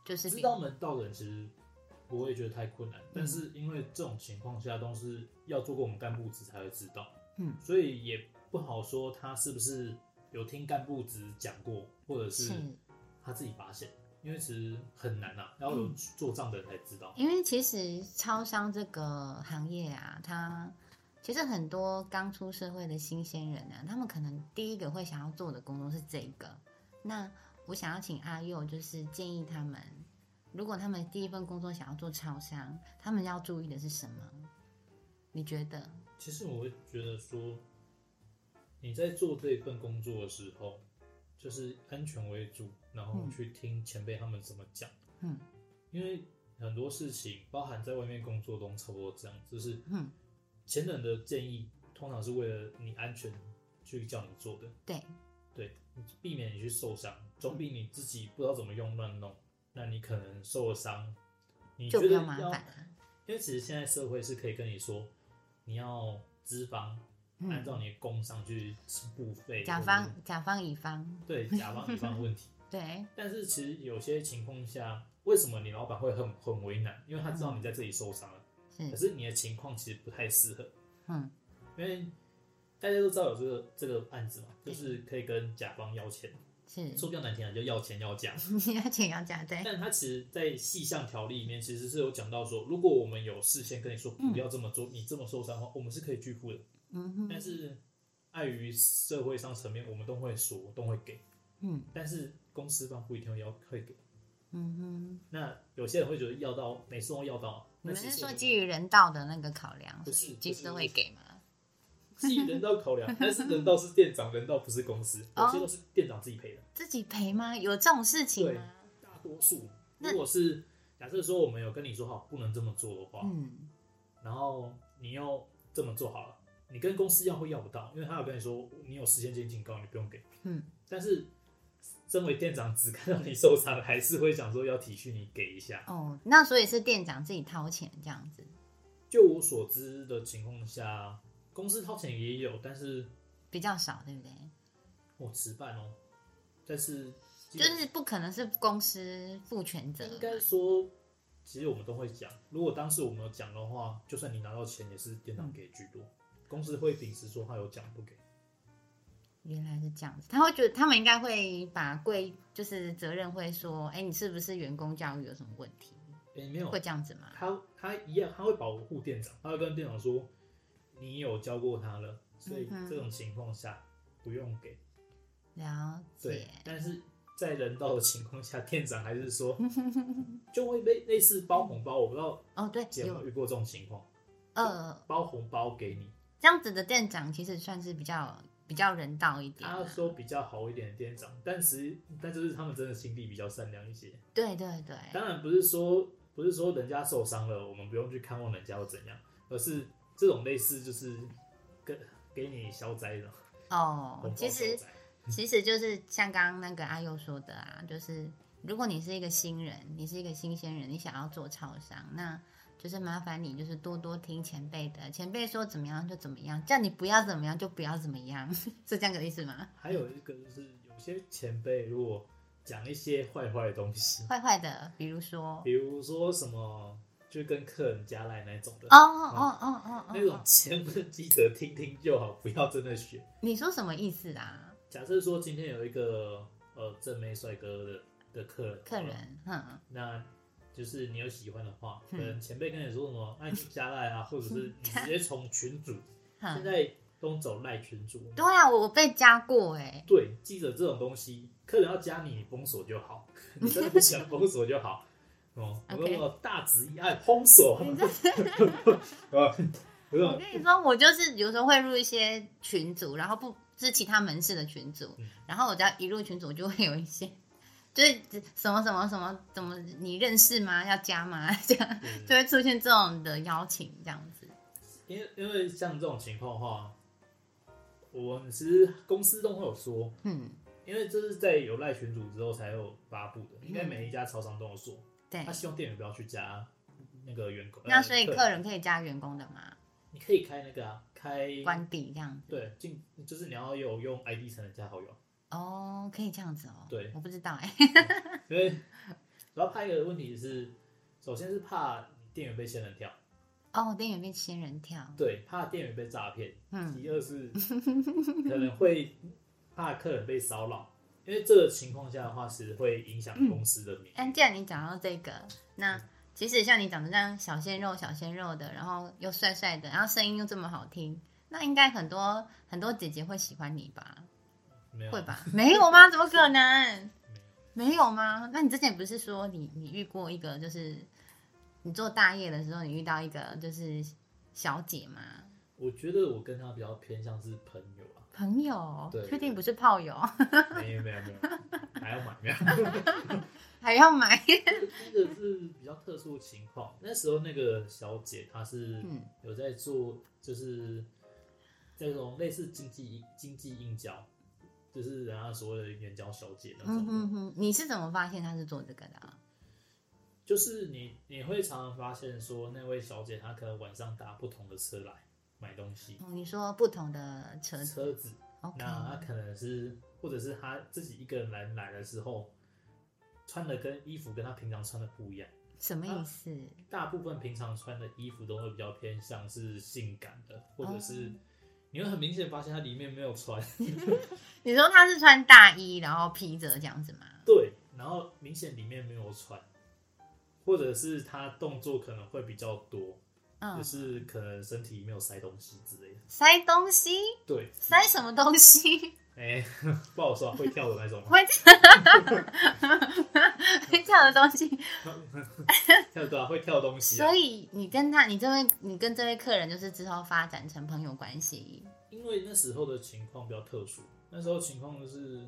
[SPEAKER 1] 就是
[SPEAKER 2] 知道门道的人其实不会觉得太困难，但是因为这种情况下都是要做过我们干部职才会知道，
[SPEAKER 1] 嗯
[SPEAKER 2] 所以也不好说他是不是有听干部职讲过，或者是
[SPEAKER 1] 是
[SPEAKER 2] 他自己发现，因为其实很难啊，要有
[SPEAKER 1] 嗯
[SPEAKER 2] 做账的人才知道。
[SPEAKER 1] 因为其实超商这个行业啊，它其实很多刚出社会的新鲜人啊，他们可能第一个会想要做的工作是这个。那我想要请阿佑，就是建议他们，如果他们第一份工作想要做超商，他们要注意的是什么？你觉得？
[SPEAKER 2] 其实我会觉得说，你在做这份工作的时候，就是安全为主，然后
[SPEAKER 1] 嗯
[SPEAKER 2] 去听前辈他们怎么讲。
[SPEAKER 1] 嗯
[SPEAKER 2] 因为很多事情，包含在外面工作中，差不多这样，就是
[SPEAKER 1] 嗯，
[SPEAKER 2] 前人的建议通常是为了你安全去叫你做的，
[SPEAKER 1] 对，
[SPEAKER 2] 对，避免你去受伤，总比你自己不知道怎么用乱弄，那你可能受了伤，你觉
[SPEAKER 1] 就
[SPEAKER 2] 得
[SPEAKER 1] 比较
[SPEAKER 2] 要，
[SPEAKER 1] 麻烦了。
[SPEAKER 2] 因为其实现在社会是可以跟你说，你要资方按
[SPEAKER 1] 嗯，
[SPEAKER 2] 照你的工伤去付费，
[SPEAKER 1] 甲
[SPEAKER 2] 或者
[SPEAKER 1] 方、甲方、乙方，
[SPEAKER 2] 是对甲方乙方 问题，
[SPEAKER 1] 对，
[SPEAKER 2] 但是其实有些情况下，为什么你老板会很很为难？因为他知道你在这里受伤了，可
[SPEAKER 1] 是，
[SPEAKER 2] 是你的情况其实不太适合，
[SPEAKER 1] 嗯嗯
[SPEAKER 2] 因为大家都知道有这个这个案子嘛，就是可以跟甲方要钱，
[SPEAKER 1] 是
[SPEAKER 2] 说比较难听啊，就要钱要 价。
[SPEAKER 1] 要钱要价对，
[SPEAKER 2] 但它其实，在细项条例里面，其实是有讲到说，如果我们有事先跟你说不要这么做，你这么受伤的话，我们是可以拒付的。
[SPEAKER 1] 嗯哼，
[SPEAKER 2] 但是碍于社会上层面，我们都会说，都会给，
[SPEAKER 1] 嗯
[SPEAKER 2] 但是公司方不一定要会给。
[SPEAKER 1] 嗯哼。
[SPEAKER 2] 那有些人会觉得要到每次都要到，
[SPEAKER 1] 你
[SPEAKER 2] 那
[SPEAKER 1] 们
[SPEAKER 2] 其
[SPEAKER 1] 是
[SPEAKER 2] 实我
[SPEAKER 1] 说
[SPEAKER 2] 们
[SPEAKER 1] 基于人道的那个考量，
[SPEAKER 2] 不是
[SPEAKER 1] 所以其实都会给吗？
[SPEAKER 2] 基于人道 考量，但是人道是店长，人道不是公司，
[SPEAKER 1] 哦
[SPEAKER 2] 有些都是店长自己赔的。
[SPEAKER 1] 自己赔吗？有这种事情吗？
[SPEAKER 2] 大多数
[SPEAKER 1] 那
[SPEAKER 2] 如果是假设说我们有跟你说好不能这么做的话，
[SPEAKER 1] 嗯，
[SPEAKER 2] 然后你又这么做好了，你跟公司要会要不到，因为他有跟你说你有事先性警告，你不用给。
[SPEAKER 1] 嗯，
[SPEAKER 2] 但是身为店长，只看到你受伤，还是会想说要体恤你给一下。
[SPEAKER 1] 哦，那所以是店长自己掏钱这样子。
[SPEAKER 2] 就我所知的情况下，公司掏钱也有，但是
[SPEAKER 1] 比较少，对不对？
[SPEAKER 2] 我迟办哦，但是基
[SPEAKER 1] 就
[SPEAKER 2] 本
[SPEAKER 1] 是不可能是公司负全责嘛，
[SPEAKER 2] 应该说。其实我们都会讲，如果当时我们有讲的话，就算你拿到钱，也是店长给居多。公司会秉持说他有讲不给，
[SPEAKER 1] 原来是这样子，他会觉得他们应该会把贵就是责任会说，哎，你是不是员工教育有什么问题？
[SPEAKER 2] 诶，没有
[SPEAKER 1] 会这样子吗？
[SPEAKER 2] 他他一样，他会保护店长，他会跟店长说，你有教过他了，所以
[SPEAKER 1] 嗯哼
[SPEAKER 2] 这种情况下不用给。
[SPEAKER 1] 了
[SPEAKER 2] 对
[SPEAKER 1] 解，，
[SPEAKER 2] 但是在人道的情况下，店长还 是说就会被类似包红包，我不知道
[SPEAKER 1] 哦，对，
[SPEAKER 2] 姐有
[SPEAKER 1] 有
[SPEAKER 2] 没有遇过这种情况，
[SPEAKER 1] 呃，
[SPEAKER 2] 包红包给你。
[SPEAKER 1] 这样子的店长其实算是比较比较人道一点啊、
[SPEAKER 2] 他说比较好一点的店长，但其实但就是他们真的心地比较善良一些。
[SPEAKER 1] 对对对，
[SPEAKER 2] 当然不是说不是说人家受伤了，我们不用去看望人家或怎样，而是这种类似就是跟给你消灾的，
[SPEAKER 1] 哦
[SPEAKER 2] 红，包
[SPEAKER 1] 其实
[SPEAKER 2] 消灾
[SPEAKER 1] 其实就是像刚刚那个阿佑说的啊，就是如果你是一个新人，你是一个新鲜人，你想要做超商，那就是麻烦你就是多多听前辈的，前辈说怎么样就怎么样，叫你不要怎么样就不要怎么样， 是这样的意思吗？
[SPEAKER 2] 还有一个就是有些前辈如果讲一些坏坏的东西，
[SPEAKER 1] 坏坏的，比如说，
[SPEAKER 2] 比如说什么就跟客人加赖那种的，
[SPEAKER 1] 哦哦哦哦哦
[SPEAKER 2] 啊那种
[SPEAKER 1] 哦，
[SPEAKER 2] 千万记得听听就好，不要真的学。
[SPEAKER 1] 你说什么意思啊？
[SPEAKER 2] 假设说今天有一个呃正妹帅哥的的客人，
[SPEAKER 1] 客人，嗯哼，
[SPEAKER 2] 那就是你有喜欢的话，可
[SPEAKER 1] 嗯
[SPEAKER 2] 能前辈跟你说什么，那、你就加赖啊，或 者是你直接从群主，现
[SPEAKER 1] 哼，
[SPEAKER 2] 在都走赖群主。
[SPEAKER 1] 嗯对啊，我我被加过哎、
[SPEAKER 2] 对，记者这种东西，客人要加你，你封锁就好， 你真的不想封锁就好。哦，我
[SPEAKER 1] OK
[SPEAKER 2] 跟我大直一按封锁， 呃，
[SPEAKER 1] 我
[SPEAKER 2] 有种
[SPEAKER 1] 跟你说，我就是有时候会入一些群组，然后不是其他门市的群组
[SPEAKER 2] 嗯，
[SPEAKER 1] 然后我只要一入群组，就会有一些就是什么什么什么怎么你认识吗？要加吗？ 这
[SPEAKER 2] 嗯
[SPEAKER 1] 样就会出现这种的邀请，这样子。
[SPEAKER 2] 因为因为像这种情况的话，我们其实公司都会有说，
[SPEAKER 1] 嗯，
[SPEAKER 2] 因为这是在有赖群主之后才有发布的，应该
[SPEAKER 1] 嗯
[SPEAKER 2] 每一家超商都有说，
[SPEAKER 1] 对
[SPEAKER 2] 他。希望店员不要去加那个员工。
[SPEAKER 1] 那
[SPEAKER 2] 呃
[SPEAKER 1] 所以客
[SPEAKER 2] 客
[SPEAKER 1] 人可以加员工的吗？
[SPEAKER 2] 你可以开那个啊，开
[SPEAKER 1] 关闭这样子。
[SPEAKER 2] 对进就是你要有用 ID 才能加好友啊，
[SPEAKER 1] 哦，可以这样子哦。
[SPEAKER 2] 对
[SPEAKER 1] 我不知道哎、
[SPEAKER 2] 因为主要怕一个问题是，首先是怕店员被仙人跳，
[SPEAKER 1] 哦，店员变仙人跳。
[SPEAKER 2] 对，怕店员被诈骗，
[SPEAKER 1] 嗯
[SPEAKER 2] 其二是可能会怕客人被骚扰，因为这个情况下的话，其实会影响公司的名誉。
[SPEAKER 1] 但既然你讲到这个，那其实像你长得这样小鲜肉、小鲜肉的，然后又帅帅的，然后声音又这么好听，那应该很多很多姐姐会喜欢你吧？
[SPEAKER 2] 没有
[SPEAKER 1] 会？吧？ 没有吗？怎么可能？
[SPEAKER 2] 没有
[SPEAKER 1] 没有吗？那你之前不是说你你遇过一个就是你做大业的时候，你遇到一个就是小姐吗？
[SPEAKER 2] 我觉得我跟他比较偏向是朋友啊，
[SPEAKER 1] 朋友
[SPEAKER 2] 对，
[SPEAKER 1] 确定不是炮友，
[SPEAKER 2] 没有没有没有，还要买没有，
[SPEAKER 1] 还要买？
[SPEAKER 2] 那个是比较特殊的情况。那时候那个小姐她是
[SPEAKER 1] 嗯
[SPEAKER 2] 有在做，就是这种类似经济经济应交，就是人家所谓的援交小姐那
[SPEAKER 1] 嗯
[SPEAKER 2] 种。
[SPEAKER 1] 哼哼，你是怎么发现她是做这个的啊？
[SPEAKER 2] 就是你你会常常发现说，那位小姐她可能晚上搭不同的车来买东西，
[SPEAKER 1] 哦你说不同的车子
[SPEAKER 2] 车子，
[SPEAKER 1] ，OK，
[SPEAKER 2] 那她可能是或者是她自己一个人来来的时候，穿的跟衣服跟她平常穿的不一样。
[SPEAKER 1] 什么意思？哦
[SPEAKER 2] 大部分平常穿的衣服都会比较偏向是性感的，或者是你会很明显地发现它里面没有穿，
[SPEAKER 1] 你说他是穿大衣，然后披着这样子吗？
[SPEAKER 2] 对，然后明显里面没有穿，或者是他动作可能会比较多，
[SPEAKER 1] 嗯
[SPEAKER 2] 就，是可能身体没有塞东西之类的。
[SPEAKER 1] 塞东西，
[SPEAKER 2] 对，
[SPEAKER 1] 塞什么东 西？
[SPEAKER 2] 哎、 不好说啊，会跳的那种吗，
[SPEAKER 1] 会会跳的东西。
[SPEAKER 2] 跳对啊，会跳东西、啊
[SPEAKER 1] 所。以你跟他，你这位，你跟这位客人就是之后发展成朋友关系。
[SPEAKER 2] 因为那时候的情况比较特殊，那时候情况就是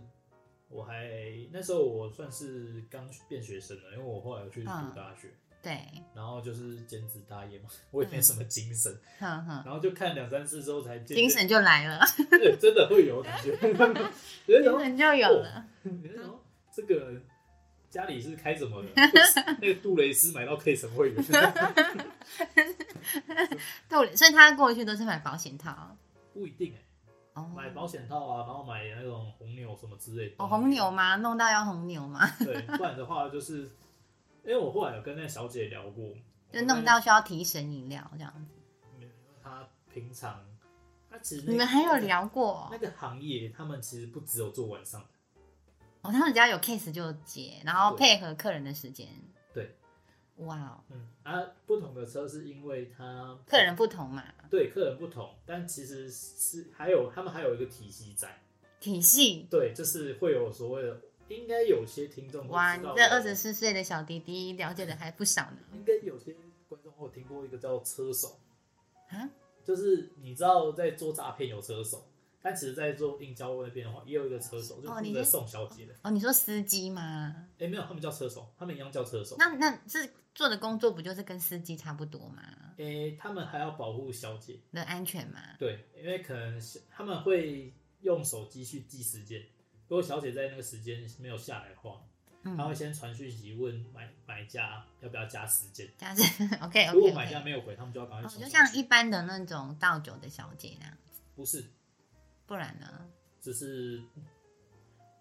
[SPEAKER 2] 我还那时候我算是刚变学生了，因为我后来有去读
[SPEAKER 1] 嗯
[SPEAKER 2] 大学，
[SPEAKER 1] 对，
[SPEAKER 2] 然后就是兼职大业嘛， 我也没什么精神，
[SPEAKER 1] 哼哼，
[SPEAKER 2] 然后就看两三次之后才渐
[SPEAKER 1] 嗯精神就来了，
[SPEAKER 2] 对， 真的会有 感觉，有
[SPEAKER 1] 精
[SPEAKER 2] 种
[SPEAKER 1] 神就有了。
[SPEAKER 2] 有种这个家里是开什 么的？那个杜蕾斯买到 K 什么会员？
[SPEAKER 1] 对，所以他过去都是买保险套。
[SPEAKER 2] 不一定哎、
[SPEAKER 1] 哦，
[SPEAKER 2] 买保险套啊，然后买那种红牛什么之类的。
[SPEAKER 1] 哦，红牛？吗？弄到要红牛吗？
[SPEAKER 2] 对，不然的话就是，因为我后来有跟那小姐聊过，
[SPEAKER 1] 就弄到需要提神饮料这样子。
[SPEAKER 2] 她平常，她其实那
[SPEAKER 1] 你们还有聊过
[SPEAKER 2] 那个行业，他们其实不只有做晚上的，
[SPEAKER 1] 哦？他们只要有 case 就接，然后
[SPEAKER 2] 对
[SPEAKER 1] 配合客人的时间。
[SPEAKER 2] 对，
[SPEAKER 1] 哇哦，
[SPEAKER 2] 嗯，啊，不同的车是因为他
[SPEAKER 1] 客人不同嘛，
[SPEAKER 2] 对客人不同，但其实是还有他们还有一个体系在，
[SPEAKER 1] 体系。
[SPEAKER 2] 对，就是会有所谓的，应该有些听众会
[SPEAKER 1] 哇，
[SPEAKER 2] 知
[SPEAKER 1] 你
[SPEAKER 2] 道
[SPEAKER 1] 这
[SPEAKER 2] 我
[SPEAKER 1] 二十四岁的小弟弟了解的还不少呢。
[SPEAKER 2] 应该有些观众会有听过一个叫车手，
[SPEAKER 1] 啊，
[SPEAKER 2] 就是你知道在做诈骗有车手，但其实在做应交那边的话，也有一个车手，就
[SPEAKER 1] 哦
[SPEAKER 2] 负
[SPEAKER 1] 你
[SPEAKER 2] 责
[SPEAKER 1] 是
[SPEAKER 2] 送小姐的。
[SPEAKER 1] 哦，你说司机吗？
[SPEAKER 2] 哎、没有，他们叫车手，他们一样叫车手。
[SPEAKER 1] 那那是做的工作不就是跟司机差不多吗？
[SPEAKER 2] 诶、他们还要保护小姐，
[SPEAKER 1] 的安全吗？
[SPEAKER 2] 对，因为可能是他们会用手机去记时间，如果小姐在那个时间没有下来的话，
[SPEAKER 1] 嗯
[SPEAKER 2] 他，会先传讯息问买买家要不要加时间。
[SPEAKER 1] 这样子 OK OK
[SPEAKER 2] 如果买家
[SPEAKER 1] OK。
[SPEAKER 2] 没有回，他们就要赶快
[SPEAKER 1] 哦，
[SPEAKER 2] 传
[SPEAKER 1] 就
[SPEAKER 2] 讯息。
[SPEAKER 1] 像一般的那种倒酒的小姐那样，
[SPEAKER 2] 不是，
[SPEAKER 1] 不然呢？
[SPEAKER 2] 只是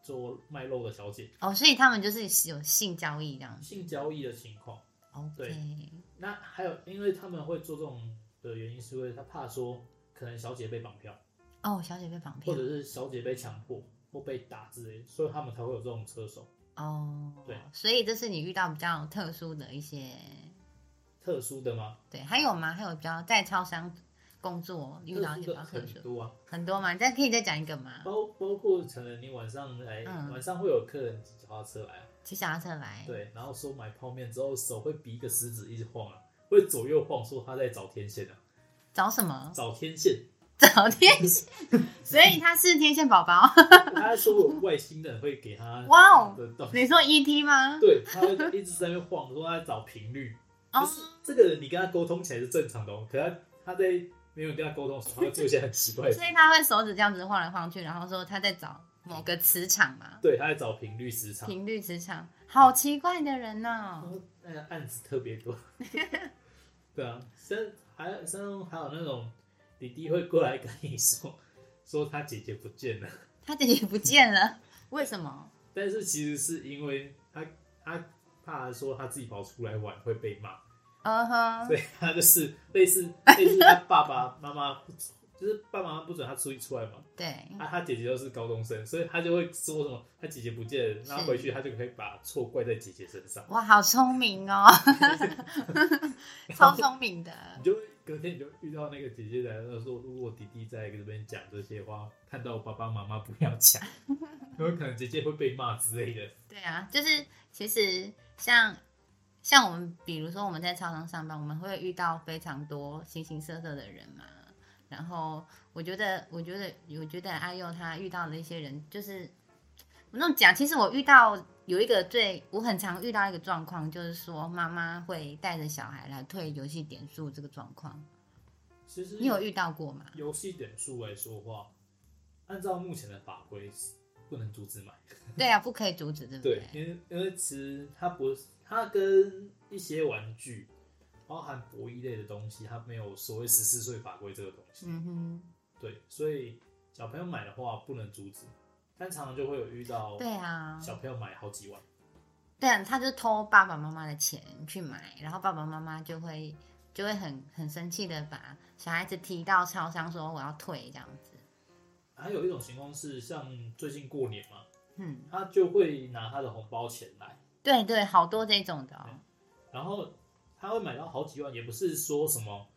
[SPEAKER 2] 做卖肉的小姐
[SPEAKER 1] 哦，所以他们就是有性交易这样子。
[SPEAKER 2] 性交易的情况。
[SPEAKER 1] OK，
[SPEAKER 2] 那还有，因为他们会做这种的原因，是因为他怕说可能小姐被绑票，
[SPEAKER 1] 哦，小姐被绑票
[SPEAKER 2] 或者，是小姐被强迫或被打之类的，所以他们才会有这种车手
[SPEAKER 1] 哦，
[SPEAKER 2] 对，
[SPEAKER 1] 所以这是你遇到比较特殊的一些，
[SPEAKER 2] 特殊的吗？
[SPEAKER 1] 对，还有吗？还有比较在超商工作遇到一些
[SPEAKER 2] 特殊
[SPEAKER 1] 比
[SPEAKER 2] 的
[SPEAKER 1] 较特殊
[SPEAKER 2] 很多啊，
[SPEAKER 1] 很多嘛，再可以再讲一个吗？
[SPEAKER 2] 包包括可能你晚上来，
[SPEAKER 1] 嗯
[SPEAKER 2] 晚上会有客人骑脚踏车来啊，
[SPEAKER 1] 骑小踏车来，
[SPEAKER 2] 对，然后说买泡面之后手会比一个食指一直晃啊，会左右晃，说他在找天线啊，
[SPEAKER 1] 找什么？
[SPEAKER 2] 找天线，
[SPEAKER 1] 找天 线，所以他是天线宝宝。
[SPEAKER 2] 他说有外星人会给他
[SPEAKER 1] 哇哦
[SPEAKER 2] 的东西，
[SPEAKER 1] 你说 ET 吗？
[SPEAKER 2] 对，他会一直在那边晃，说他在找频率，就
[SPEAKER 1] 哦，
[SPEAKER 2] 是这个你跟他沟通起来是正常的哦，可他他在没有跟他沟通的时候，他会做一些很奇 怪的事，
[SPEAKER 1] 所以他会手指这样子晃来晃去，然后说他在找某个磁场嘛，
[SPEAKER 2] 对，他在找频率时长，
[SPEAKER 1] 频率磁场，好奇怪的人
[SPEAKER 2] 然
[SPEAKER 1] 哦。
[SPEAKER 2] 后那个案子特别多， 对啊，身还有身上还有那种弟弟会过来跟你说 说他姐姐不见了，
[SPEAKER 1] 他姐姐不见了，为什么？
[SPEAKER 2] 但是其实是因为他他怕说他自己跑出来玩会被骂。
[SPEAKER 1] 嗯哼，
[SPEAKER 2] 对他就是类似类似他爸爸妈妈，就是爸爸妈妈不准他出去出来嘛，
[SPEAKER 1] 对，
[SPEAKER 2] 啊，他姐姐又是高中生，所以他就会说什么他姐姐不见了，然后回去他就可以把错怪在姐姐身上，
[SPEAKER 1] 哇，好聪明哦，超聪明的
[SPEAKER 2] 你。就会隔天你就遇到那个姐姐来了说，如果弟弟在这边讲这些话，看到爸爸妈妈不要 讲，有可能姐姐会被骂之类的。
[SPEAKER 1] 对啊，就是其实像像我们，比如说我们在超商上班，我们会遇到非常多形形色色的人嘛。然后我觉得，我觉得，我觉得阿佑他遇到的一些人，就是我那种讲，其实我遇到有一个最我很常遇到一个状况，就是说妈妈会带着小孩来退游戏点数这个状况，
[SPEAKER 2] 其实
[SPEAKER 1] 你有遇到过吗？
[SPEAKER 2] 游戏点数来说话，按照目前的法规是不能阻止买。
[SPEAKER 1] 对啊，不可以阻止，对不
[SPEAKER 2] 对，因为因为其实它不是，它跟一些玩具，包含博弈类的东西，它没有所谓十四岁法规这个东西。
[SPEAKER 1] 嗯哼。
[SPEAKER 2] 对，所以小朋友买的话不能阻止，但常常就会有遇到
[SPEAKER 1] 对啊，
[SPEAKER 2] 小朋友买好几万，
[SPEAKER 1] 对啊，他就偷爸爸妈妈的钱去买，然后爸爸妈妈就会就会很很生气的把小孩子提到超商说我要退这样子。
[SPEAKER 2] 还有一种情况是，像最近过年嘛，
[SPEAKER 1] 嗯，
[SPEAKER 2] 他就会拿他的红包钱来，
[SPEAKER 1] 对对，好多这种的、哦。
[SPEAKER 2] 然后他会买到好几万，也不是说什么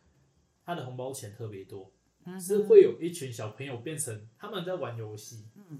[SPEAKER 2] 他的红包钱特别多，
[SPEAKER 1] 嗯
[SPEAKER 2] 是会有一群小朋友变成他们在玩游戏，
[SPEAKER 1] 嗯，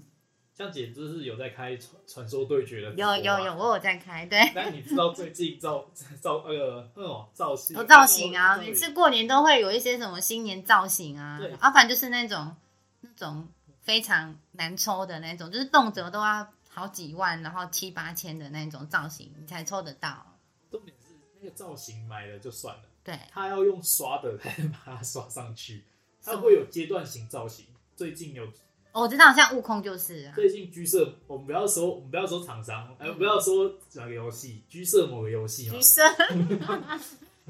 [SPEAKER 2] 像姐就是有在开传传说对决的，
[SPEAKER 1] 有有有，。我有在开，对，
[SPEAKER 2] 但你知道最近造造那个那种造型，
[SPEAKER 1] 有造型啊，
[SPEAKER 2] 造
[SPEAKER 1] 每次过年都会有一些什么新年造型啊
[SPEAKER 2] 对，
[SPEAKER 1] 啊，反正就是那种那种非常难抽的那种，就是动辄都要好几万，然后七八千的那种造型，你才抽得到。
[SPEAKER 2] 重点是那个造型买了就算了，
[SPEAKER 1] 对，
[SPEAKER 2] 他要用刷的 才能把它刷上去，
[SPEAKER 1] 什
[SPEAKER 2] 它
[SPEAKER 1] 么
[SPEAKER 2] 会有阶段型造型。最近有
[SPEAKER 1] 哦我知道，像悟空就是啊，
[SPEAKER 2] 最近居社，我们不要说，我们不要说厂商，呃，不要说哪个游戏，居社某个游戏嘛
[SPEAKER 1] 橘， 色，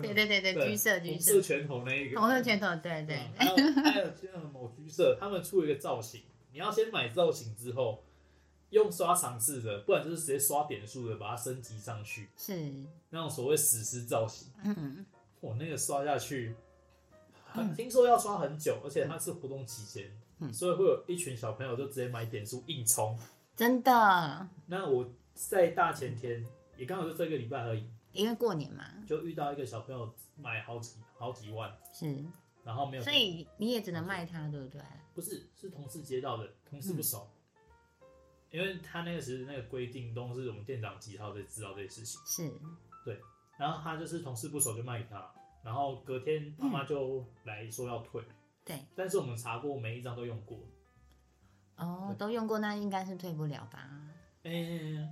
[SPEAKER 1] 对对对对，橘色橘
[SPEAKER 2] 红
[SPEAKER 1] 色
[SPEAKER 2] 色，拳头那一个，
[SPEAKER 1] 红色拳头，哦对对
[SPEAKER 2] 嗯，还有还有像某居社，他们出了一个造型，你要先买造型之后，用刷尝试的，不然就是直接刷点数的，把它升级上去，
[SPEAKER 1] 是，
[SPEAKER 2] 那种所谓史诗造型，
[SPEAKER 1] 嗯，
[SPEAKER 2] 我那个刷下去，很听说要刷很久，而且它是活动期间，
[SPEAKER 1] 嗯
[SPEAKER 2] 所以会有一群小朋友就直接买点数硬冲。
[SPEAKER 1] 真的，
[SPEAKER 2] 那我在大前天也刚好就这个礼拜而已，
[SPEAKER 1] 因为过年嘛，
[SPEAKER 2] 就遇到一个小朋友买好几好几万，
[SPEAKER 1] 是，
[SPEAKER 2] 然后没有，
[SPEAKER 1] 所以你也只能卖它，对不对？
[SPEAKER 2] 不是是同事接到的，同事不熟，
[SPEAKER 1] 嗯
[SPEAKER 2] 因为他那个时那个规定都是我们店长几号在知道这些事情，
[SPEAKER 1] 是，
[SPEAKER 2] 然后他就是同事不熟就卖给他了，然后隔天妈妈就来说要退，
[SPEAKER 1] 对，
[SPEAKER 2] 但是我们查过每一张都用过，
[SPEAKER 1] 哦
[SPEAKER 2] 对，
[SPEAKER 1] 都用过，那应该是退不了吧？
[SPEAKER 2] 嗯、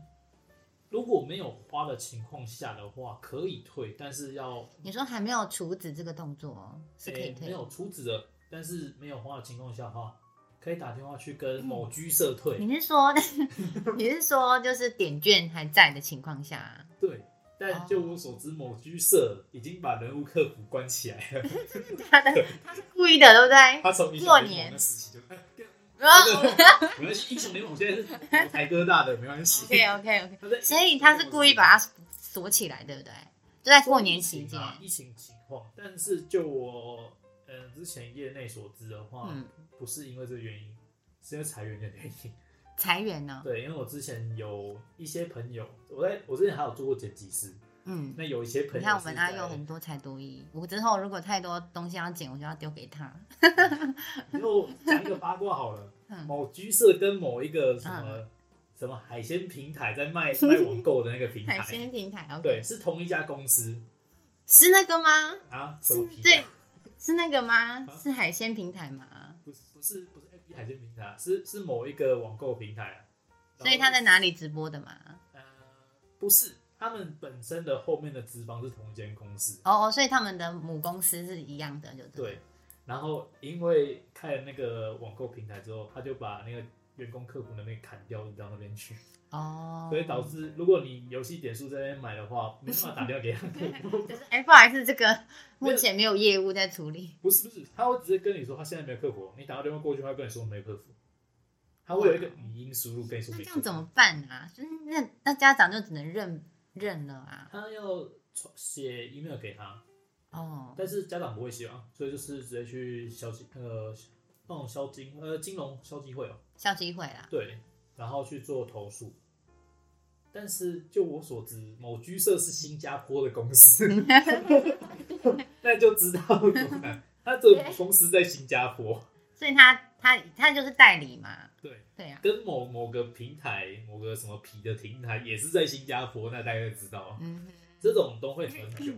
[SPEAKER 2] 如果没有花的情况下的话，可以退，但是要
[SPEAKER 1] 你说还没有处子这个动作是可以
[SPEAKER 2] 诶
[SPEAKER 1] 退
[SPEAKER 2] 没有出资的，但是没有花的情况下哈，可以打电话去 跟某居社退。
[SPEAKER 1] 你是说， 你是说就是点券还在的情况下，
[SPEAKER 2] 对，但
[SPEAKER 1] 哦
[SPEAKER 2] 就我所知，某居社已经把人物客服关起来了。
[SPEAKER 1] 他的他是故意的，对不对？
[SPEAKER 2] 他从英雄
[SPEAKER 1] 哎过
[SPEAKER 2] 联盟
[SPEAKER 1] 年哦
[SPEAKER 2] 的时期就，
[SPEAKER 1] 然后
[SPEAKER 2] 没关系，英雄联盟现在是有台哥大的，没关系。
[SPEAKER 1] OK OK OK，
[SPEAKER 2] 他在
[SPEAKER 1] 所以他是故意把它锁起来，对不对？就在过年期间，
[SPEAKER 2] 啊疫情情况，但是就我嗯之前业内所知的话，
[SPEAKER 1] 嗯，
[SPEAKER 2] 不是因为这个原因，是因为裁员的原因。
[SPEAKER 1] 裁员呢，
[SPEAKER 2] 对，因为我之前有一些朋友，我在我之前还有做过剪辑师，
[SPEAKER 1] 嗯。
[SPEAKER 2] 那有一些朋
[SPEAKER 1] 你
[SPEAKER 2] 友，
[SPEAKER 1] 看我们阿佑很多才多艺，我之后如果太多东西要剪，我就要丢给他。
[SPEAKER 2] 就讲一个八卦好了，
[SPEAKER 1] 嗯，
[SPEAKER 2] 某居社跟某一个什么、什么海鲜平台在 卖卖网购的那个平台
[SPEAKER 1] 海，鲜平台 OK，
[SPEAKER 2] 对，是同一家公司
[SPEAKER 1] 是那个吗？
[SPEAKER 2] 啊？什
[SPEAKER 1] 是
[SPEAKER 2] 么平
[SPEAKER 1] 对
[SPEAKER 2] 台？，
[SPEAKER 1] 是那个吗？
[SPEAKER 2] 啊
[SPEAKER 1] 是海鲜平台吗？
[SPEAKER 2] 不是不是不是 A P 海鲜平台，啊是是某一个网购平台啊。
[SPEAKER 1] 所以他在
[SPEAKER 2] 然
[SPEAKER 1] 哪
[SPEAKER 2] 后？
[SPEAKER 1] 里直播的嘛？
[SPEAKER 2] 呃，不是，他们本身的后面的资方是同一间公司，
[SPEAKER 1] 哦哦，所以他们的母公司是一样的，就对。
[SPEAKER 2] 对。然后因为开了那个网购平台之后，他就把那个员工客服的那个砍掉，移到那边去。
[SPEAKER 1] 哦，
[SPEAKER 2] 所以导致如果你游戏点数在那边买的话，没办法打电话给他。
[SPEAKER 1] 就是哎，不好意思，这个目前没有业务在处理。
[SPEAKER 2] 不是不是，他会直接跟你说他现在没有客服，你打个电话过去，他会跟你说没有客服，他会有一个语音输入跟你说
[SPEAKER 1] 那
[SPEAKER 2] 没
[SPEAKER 1] 这样
[SPEAKER 2] 客服。
[SPEAKER 1] 怎么办啊？就是那那家长就只能认认了啊。
[SPEAKER 2] 他要传写 email 给他，
[SPEAKER 1] 哦，
[SPEAKER 2] 但是家长不会写啊，所以就是直接去消金呃那种消金呃金融消基会哦，
[SPEAKER 1] 校机会啦。
[SPEAKER 2] 对，然后去做投诉。但是就我所知，某居社是新加坡的公 司，那就知道有难。他的 母公司在新加坡，
[SPEAKER 1] 所以他他他就是代理嘛。
[SPEAKER 2] 对，
[SPEAKER 1] 对啊，
[SPEAKER 2] 跟某某个平台、某个什么皮的平台也是在新加坡，那大家就知道
[SPEAKER 1] 嗯
[SPEAKER 2] 这种都会很久，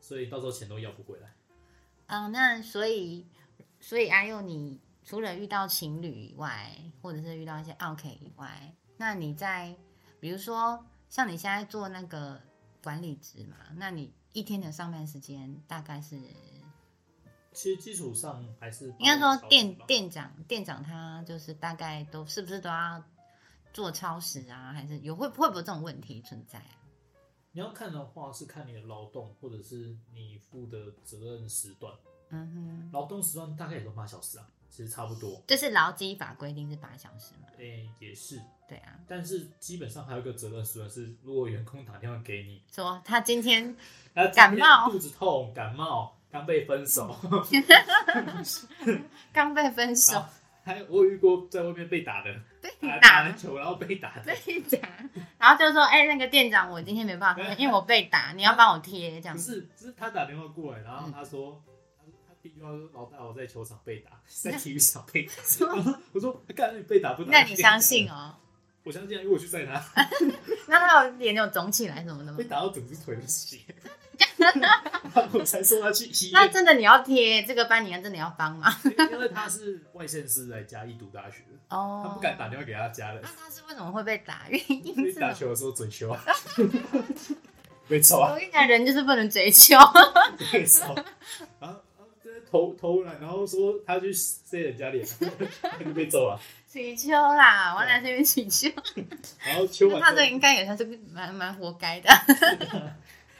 [SPEAKER 2] 所以到时候钱都要不回来。
[SPEAKER 1] 啊、呃那所以所以阿佑，你除了遇到情侣以外，或者是遇到一些 OK 以外，那你在比如说像你现在做那个管理职嘛，那你一天的上班时间大概是
[SPEAKER 2] 其实基础上还是
[SPEAKER 1] 应该说店
[SPEAKER 2] 哦吧
[SPEAKER 1] 店长店长他就是大概都是不是都要做超时啊，还是有会会不会有这种问题存在啊？
[SPEAKER 2] 你要看的话是看你的劳动或者是你负的责任时段，
[SPEAKER 1] 嗯
[SPEAKER 2] 劳动时段大概也都八小时啊，
[SPEAKER 1] 哼，
[SPEAKER 2] 其实差不多。
[SPEAKER 1] 就是劳基法规定是八小时嘛，
[SPEAKER 2] 诶、也是，
[SPEAKER 1] 对啊，
[SPEAKER 2] 但是基本上还有一个责任时段是，如果员工打电话给你，
[SPEAKER 1] 说他今天
[SPEAKER 2] 他
[SPEAKER 1] 感冒嗯
[SPEAKER 2] 肚子痛、感冒、刚被分手，
[SPEAKER 1] 刚被分手
[SPEAKER 2] 好， 还有我遇过在外面被打的，
[SPEAKER 1] 被
[SPEAKER 2] 打打
[SPEAKER 1] 打
[SPEAKER 2] 篮，球然后被打的，
[SPEAKER 1] 被打，然后就说，哎、那个店长，我今天没办法，因为我被打，你要帮我贴这样
[SPEAKER 2] 不
[SPEAKER 1] 子，
[SPEAKER 2] 是，是他打电话过来，然后
[SPEAKER 1] 嗯
[SPEAKER 2] 他说，他他第一句话说：“老大，我在球场被打，在体育场 被打。我说”我说：“干，你被打不打？”
[SPEAKER 1] 那你相信？哦？
[SPEAKER 2] 我相信啊，因为我去载他，
[SPEAKER 1] 那他有脸有肿起来什么的吗
[SPEAKER 2] 被？打到整只腿都 是血， 然后我才送他去医
[SPEAKER 1] 那
[SPEAKER 2] 院。
[SPEAKER 1] 真的你要贴这个班，你要真的要帮吗？
[SPEAKER 2] 因为他是外县市来嘉义读大学的，
[SPEAKER 1] 哦
[SPEAKER 2] 他不敢打电话给他家人
[SPEAKER 1] 那，他是为什么会被打？原因
[SPEAKER 2] 所以
[SPEAKER 1] 是什
[SPEAKER 2] 打
[SPEAKER 1] 么？
[SPEAKER 2] 球的时候嘴球啊，被抽啊
[SPEAKER 1] 我，跟你讲，人就是不能追求。
[SPEAKER 2] 被抽，然后。然后投投篮，然后说他去塞人家脸，他就被揍了。啊
[SPEAKER 1] 祈求啦，我来这边祈求。
[SPEAKER 2] 然后球完
[SPEAKER 1] 他
[SPEAKER 2] 之后
[SPEAKER 1] 这应该也算是蛮蛮活该的。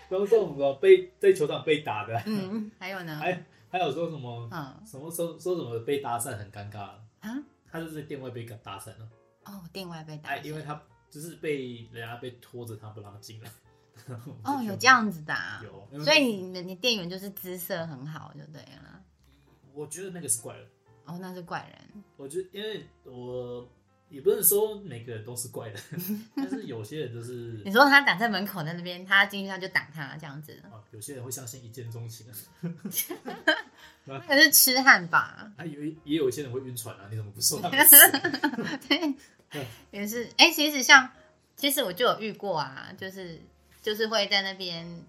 [SPEAKER 2] 然后这种什么被在球场被打的，
[SPEAKER 1] 嗯，还有呢？
[SPEAKER 2] 还还有说什么
[SPEAKER 1] 嗯
[SPEAKER 2] 什么说说什么被搭讪很尴尬，
[SPEAKER 1] 啊，
[SPEAKER 2] 他就是在店外被搭讪了，
[SPEAKER 1] 哦，店外被打
[SPEAKER 2] 哎，。因为他就是被人家被拖着他不让他进来。
[SPEAKER 1] 哦，有这样子的、啊。
[SPEAKER 2] 有，因为
[SPEAKER 1] 所以你你店员就是姿色很好，就对了。
[SPEAKER 2] 我觉得那个是怪人，
[SPEAKER 1] 哦，那是怪人。
[SPEAKER 2] 我觉得因为我也不能说每个人都是怪人， 但是有些人就是
[SPEAKER 1] 你说他挡在门口在那边，他进去他就挡他这样子，
[SPEAKER 2] 啊，有些人会相信一见钟情，啊
[SPEAKER 1] 那个是痴汉吧？
[SPEAKER 2] 还 有一也有一些人会晕船啊，你怎么不说他 们死？
[SPEAKER 1] 对
[SPEAKER 2] 对，
[SPEAKER 1] 也是。哎、其实像，其实我就有遇过啊，就是就是会在那边，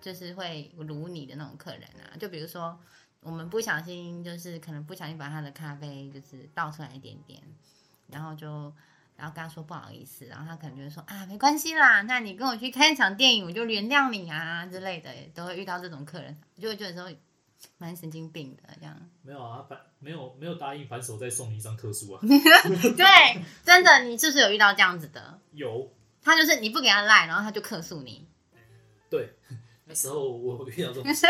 [SPEAKER 1] 就是会辱你的那种客人啊。就比如说，我们不小心，就是可能不小心把他的咖啡就是倒出来一点点，然后就。然后跟他说不好意思，然后他可能就会说啊没关系啦，那你跟我去看一场电影，我就原谅你啊之类的，都会遇到这种客人，就会觉得说蛮神经病的这样。
[SPEAKER 2] 没有啊，反没有没有答应反手再送你一张特 殊啊，
[SPEAKER 1] 对，真的，你是不是有遇到这样子的？
[SPEAKER 2] 有
[SPEAKER 1] 他就是你不给他赖，然后他就客诉你，
[SPEAKER 2] 对，那时候我遇到 这种事，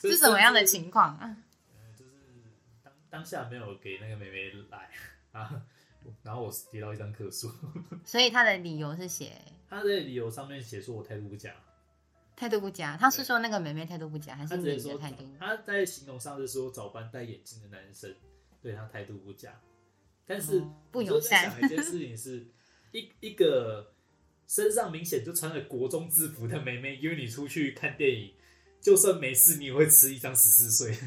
[SPEAKER 1] 是什么样的情况啊？
[SPEAKER 2] 呃就是当当下没有给那个妹妹来啊，然后我接到一张客诉，
[SPEAKER 1] 所以他的理由是写
[SPEAKER 2] 他在理由上面写说我态度不佳，
[SPEAKER 1] 态度不佳，他是说那个妹妹态度不佳，还
[SPEAKER 2] 他
[SPEAKER 1] 是
[SPEAKER 2] 直接
[SPEAKER 1] 你的
[SPEAKER 2] 说
[SPEAKER 1] 态度？嗯
[SPEAKER 2] 他在形容上是说早班戴眼镜的男生对他态度不佳，但是
[SPEAKER 1] 哦不
[SPEAKER 2] 我就
[SPEAKER 1] 友
[SPEAKER 2] 在
[SPEAKER 1] 善
[SPEAKER 2] 想一件事情是，一一个身上明显就穿着国中制服的妹妹约你出去看电影，就算没事你也会吃一张十四岁。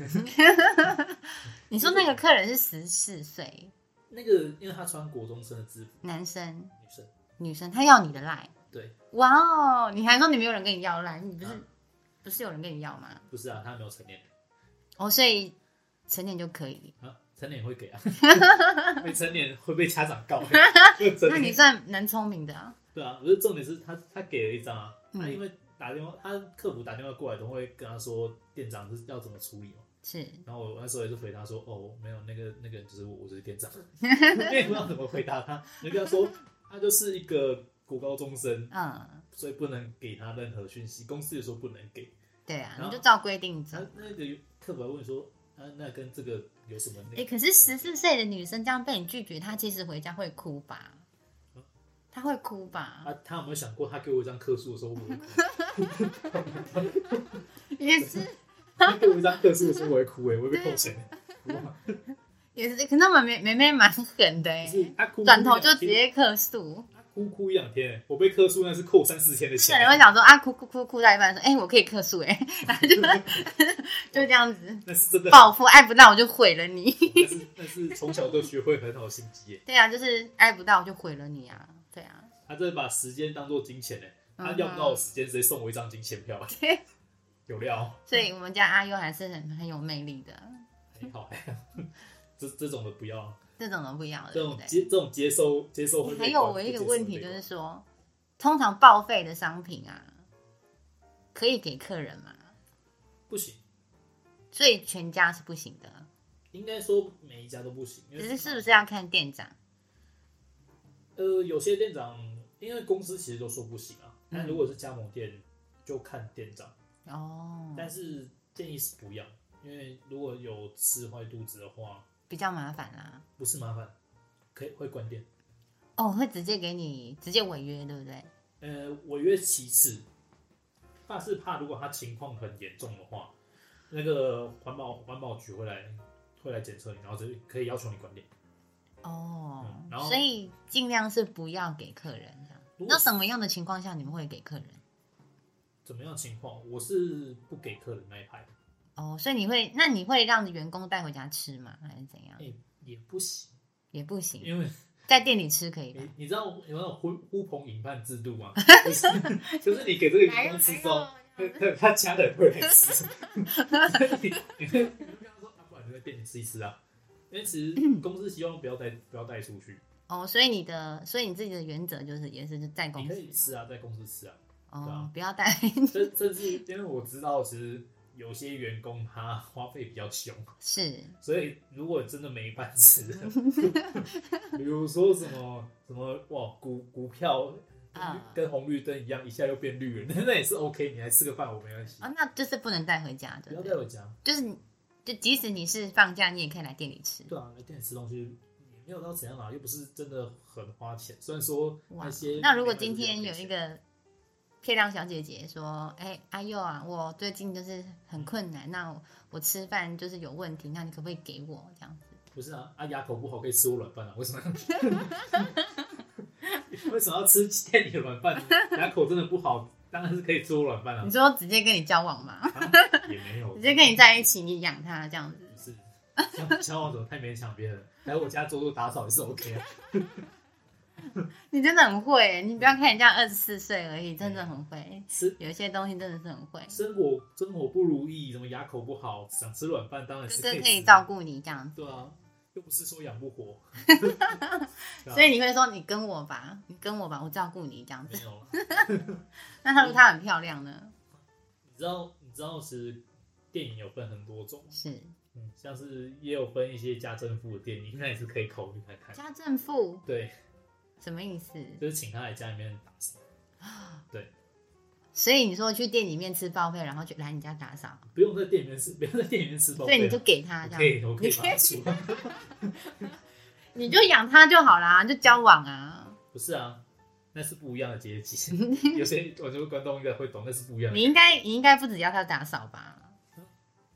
[SPEAKER 1] 你说那个客人是十四岁
[SPEAKER 2] 那个因为他穿国中生的制服，
[SPEAKER 1] 男生
[SPEAKER 2] 女生
[SPEAKER 1] 女生，他要你的赖，
[SPEAKER 2] 对，
[SPEAKER 1] 哇哦！你还说你没有人跟你要赖，你不是、
[SPEAKER 2] 嗯
[SPEAKER 1] 不是有人跟你要吗？
[SPEAKER 2] 不是啊，他没有成年
[SPEAKER 1] 哦，所以成年就可以。
[SPEAKER 2] 啊，成年也会给啊， 没成年会被家长告。 成
[SPEAKER 1] 那你
[SPEAKER 2] 年
[SPEAKER 1] 算蛮聪明的、啊，
[SPEAKER 2] 对啊，不是重点是他他给了一张啊，
[SPEAKER 1] 嗯
[SPEAKER 2] 他因为打电话，他客服打电话过来都会跟他说店长是要怎么处理嘛。
[SPEAKER 1] 是
[SPEAKER 2] 然后我那时候也是回答说，哦，没有，那个那个人就是我，我就是店 长，我也不知道怎么回答他。你跟他说，他就是一个国高中生，
[SPEAKER 1] 嗯，
[SPEAKER 2] 所以不能给他任何讯息，公司也说不能给。
[SPEAKER 1] 对啊，
[SPEAKER 2] 然
[SPEAKER 1] 你
[SPEAKER 2] 后
[SPEAKER 1] 就照规定走
[SPEAKER 2] 他。那个客服还问说，啊，那跟这个有什么那
[SPEAKER 1] 哎、
[SPEAKER 2] 个？
[SPEAKER 1] 可是十四岁的女生这样被你拒绝，她其实回家会哭吧？她会哭吧？
[SPEAKER 2] 啊，他有没有想过，他给我一张客诉的时候，我会哭
[SPEAKER 1] 也是，
[SPEAKER 2] 他给我一张客诉的时候，我会哭哎、欸，我会被扣钱。哇
[SPEAKER 1] 也是，可那我妹妹妹蛮狠的哎、
[SPEAKER 2] 可是他 哭，
[SPEAKER 1] 转头就直接客诉。
[SPEAKER 2] 他哭哭一两天欸、我被客诉那是扣三四天的
[SPEAKER 1] 那
[SPEAKER 2] 钱
[SPEAKER 1] 个人会
[SPEAKER 2] 欸，
[SPEAKER 1] 想说啊，哭哭哭哭到一半说，哎、我可以客诉哎、 然后就就这样子
[SPEAKER 2] 那是真的，
[SPEAKER 1] 报复，爱不到我就毁了你。
[SPEAKER 2] 那是那是从小就学会很好的心机耶、
[SPEAKER 1] 对啊，就是爱不到我就毁了你啊，对啊，
[SPEAKER 2] 他真的把时间当做金钱呢、他
[SPEAKER 1] 嗯哼
[SPEAKER 2] 要不到我时间，直接送我一张金钱票、
[SPEAKER 1] 对
[SPEAKER 2] 有料，
[SPEAKER 1] 所以我们家阿优还是很很有魅力的，
[SPEAKER 2] 很好、 欸。这这种的不要，
[SPEAKER 1] 这种人不要了，
[SPEAKER 2] 这
[SPEAKER 1] 对不
[SPEAKER 2] 种
[SPEAKER 1] 嗯对？
[SPEAKER 2] 接这种接收接收会被
[SPEAKER 1] 还有
[SPEAKER 2] 关
[SPEAKER 1] 我一个
[SPEAKER 2] 不接
[SPEAKER 1] 问
[SPEAKER 2] 受
[SPEAKER 1] 题
[SPEAKER 2] 被
[SPEAKER 1] 就是
[SPEAKER 2] 关
[SPEAKER 1] 说，通常报废的商品啊，可以给客人吗？
[SPEAKER 2] 不行，
[SPEAKER 1] 所以全家是不行的，
[SPEAKER 2] 应该说每一家都不行，因为
[SPEAKER 1] 只是是不是要看店长？
[SPEAKER 2] 呃，有些店长因为公司其实都说不行啊，但如果是加盟店就看店长，
[SPEAKER 1] 哦，
[SPEAKER 2] 但是建议是不要，因为如果有吃坏肚子的话，
[SPEAKER 1] 比较麻烦啦、
[SPEAKER 2] 不是麻烦，可以会关店。
[SPEAKER 1] 哦，会直接给你直接违约，对不对？
[SPEAKER 2] 呃，违约其次，怕是怕如果他情况很严重的话，那个环保环保局会来会来检测你，然后就可以要求你关店。
[SPEAKER 1] 哦
[SPEAKER 2] 嗯，然后
[SPEAKER 1] 所以尽量是不要给客人这样。
[SPEAKER 2] 如果
[SPEAKER 1] 那什么样的情况下你们会给客人？
[SPEAKER 2] 怎么样的情况，我是不给客人那一派，
[SPEAKER 1] 哦，所以你会，那你会让员工带回家吃吗？还是怎样？
[SPEAKER 2] 哎、也不行，
[SPEAKER 1] 也不行，
[SPEAKER 2] 因为
[SPEAKER 1] 在店里吃可以吧
[SPEAKER 2] 你？你知道有那种呼呼朋引伴制度吗？就是就是你给这个员工吃之后，他他家人会来吃，你你会你会跟他说，啊，不然就在店里吃一吃啊。因为其实公司希望不要带不要带出去，
[SPEAKER 1] 哦，所以你的，所以你自己的原则就是也是就在
[SPEAKER 2] 你
[SPEAKER 1] 公
[SPEAKER 2] 可
[SPEAKER 1] 司
[SPEAKER 2] 以吃啊，在公司吃啊。对
[SPEAKER 1] 哦
[SPEAKER 2] 啊，
[SPEAKER 1] 不要带。
[SPEAKER 2] 这这是因为我知道，其实有些员工他花费比较凶，
[SPEAKER 1] 是
[SPEAKER 2] 所以如果真的没饭吃，比如说什么什么哇股股票
[SPEAKER 1] 啊
[SPEAKER 2] 跟红绿灯一样，一下又变绿了，那也是 OK，你来吃个饭我没关系
[SPEAKER 1] 哦，，那就是不能带回家，
[SPEAKER 2] 不
[SPEAKER 1] 对
[SPEAKER 2] 要
[SPEAKER 1] 不
[SPEAKER 2] 带
[SPEAKER 1] 对？
[SPEAKER 2] 我家。
[SPEAKER 1] 就是你就即使你是放假，你也可以来店里吃。
[SPEAKER 2] 对啊，来店里吃东西也没有到怎样啊，又不是真的很花钱。虽然说
[SPEAKER 1] 哇
[SPEAKER 2] 那些，
[SPEAKER 1] 那如果今天有一个漂亮小姐姐说：“哎、阿佑啊，我最近就是
[SPEAKER 2] 嗯
[SPEAKER 1] 很困难，那我我吃饭就是有问题，那你可不可以给我这样子
[SPEAKER 2] 不是啊，啊牙口不好可以吃我软饭啊，为什么 要？为什么要吃店里的软饭呢？牙口真的不好，当然是可以吃我软饭？”啊
[SPEAKER 1] 你，说直接跟你交往吗？
[SPEAKER 2] 啊也没有
[SPEAKER 1] 直接跟你在一起，你养他这样 子？
[SPEAKER 2] 不是交交往怎么太勉强别人了？来我家做做打扫也是 OK 啊。
[SPEAKER 1] 你真的很会，你不要看人家二十四岁而已，
[SPEAKER 2] 啊
[SPEAKER 1] 真的很会。
[SPEAKER 2] 吃
[SPEAKER 1] 有一些东西真的是很会，
[SPEAKER 2] 生活生活不如意，什么牙口不好，想吃软饭当然
[SPEAKER 1] 就是是
[SPEAKER 2] 以
[SPEAKER 1] 可以
[SPEAKER 2] 吃
[SPEAKER 1] 照。顾你这样子。
[SPEAKER 2] 对啊，又不是说养不活。对啊
[SPEAKER 1] 所以你会说你跟我吧，你跟我吧，我照顾你这样
[SPEAKER 2] 没
[SPEAKER 1] 子。
[SPEAKER 2] 有啊啦。
[SPEAKER 1] 那他如果她很漂亮呢？
[SPEAKER 2] 你知道，你知道，其实电影有分很多种，
[SPEAKER 1] 是
[SPEAKER 2] 嗯，像是也有分一些家政妇的电影，那也是可以考虑看看。
[SPEAKER 1] 家政妇
[SPEAKER 2] 对，
[SPEAKER 1] 什么意思？
[SPEAKER 2] 就是请他来家里面打扫，
[SPEAKER 1] 所以你说去店里面吃报废，然后去来你家打扫，
[SPEAKER 2] 不用在店里面吃，不用在店里面吃饱。
[SPEAKER 1] 所以你就给他
[SPEAKER 2] 我
[SPEAKER 1] 这
[SPEAKER 2] 可以，
[SPEAKER 1] 样，
[SPEAKER 2] 我可以
[SPEAKER 1] 你
[SPEAKER 2] 把它煮。
[SPEAKER 1] 你就养他就好啦，就交往啊。
[SPEAKER 2] 不是啊，那是不一样的 阶级。有些我觉得观众应该会懂，那是不一样的
[SPEAKER 1] 你。应该你应该不只要他打扫吧，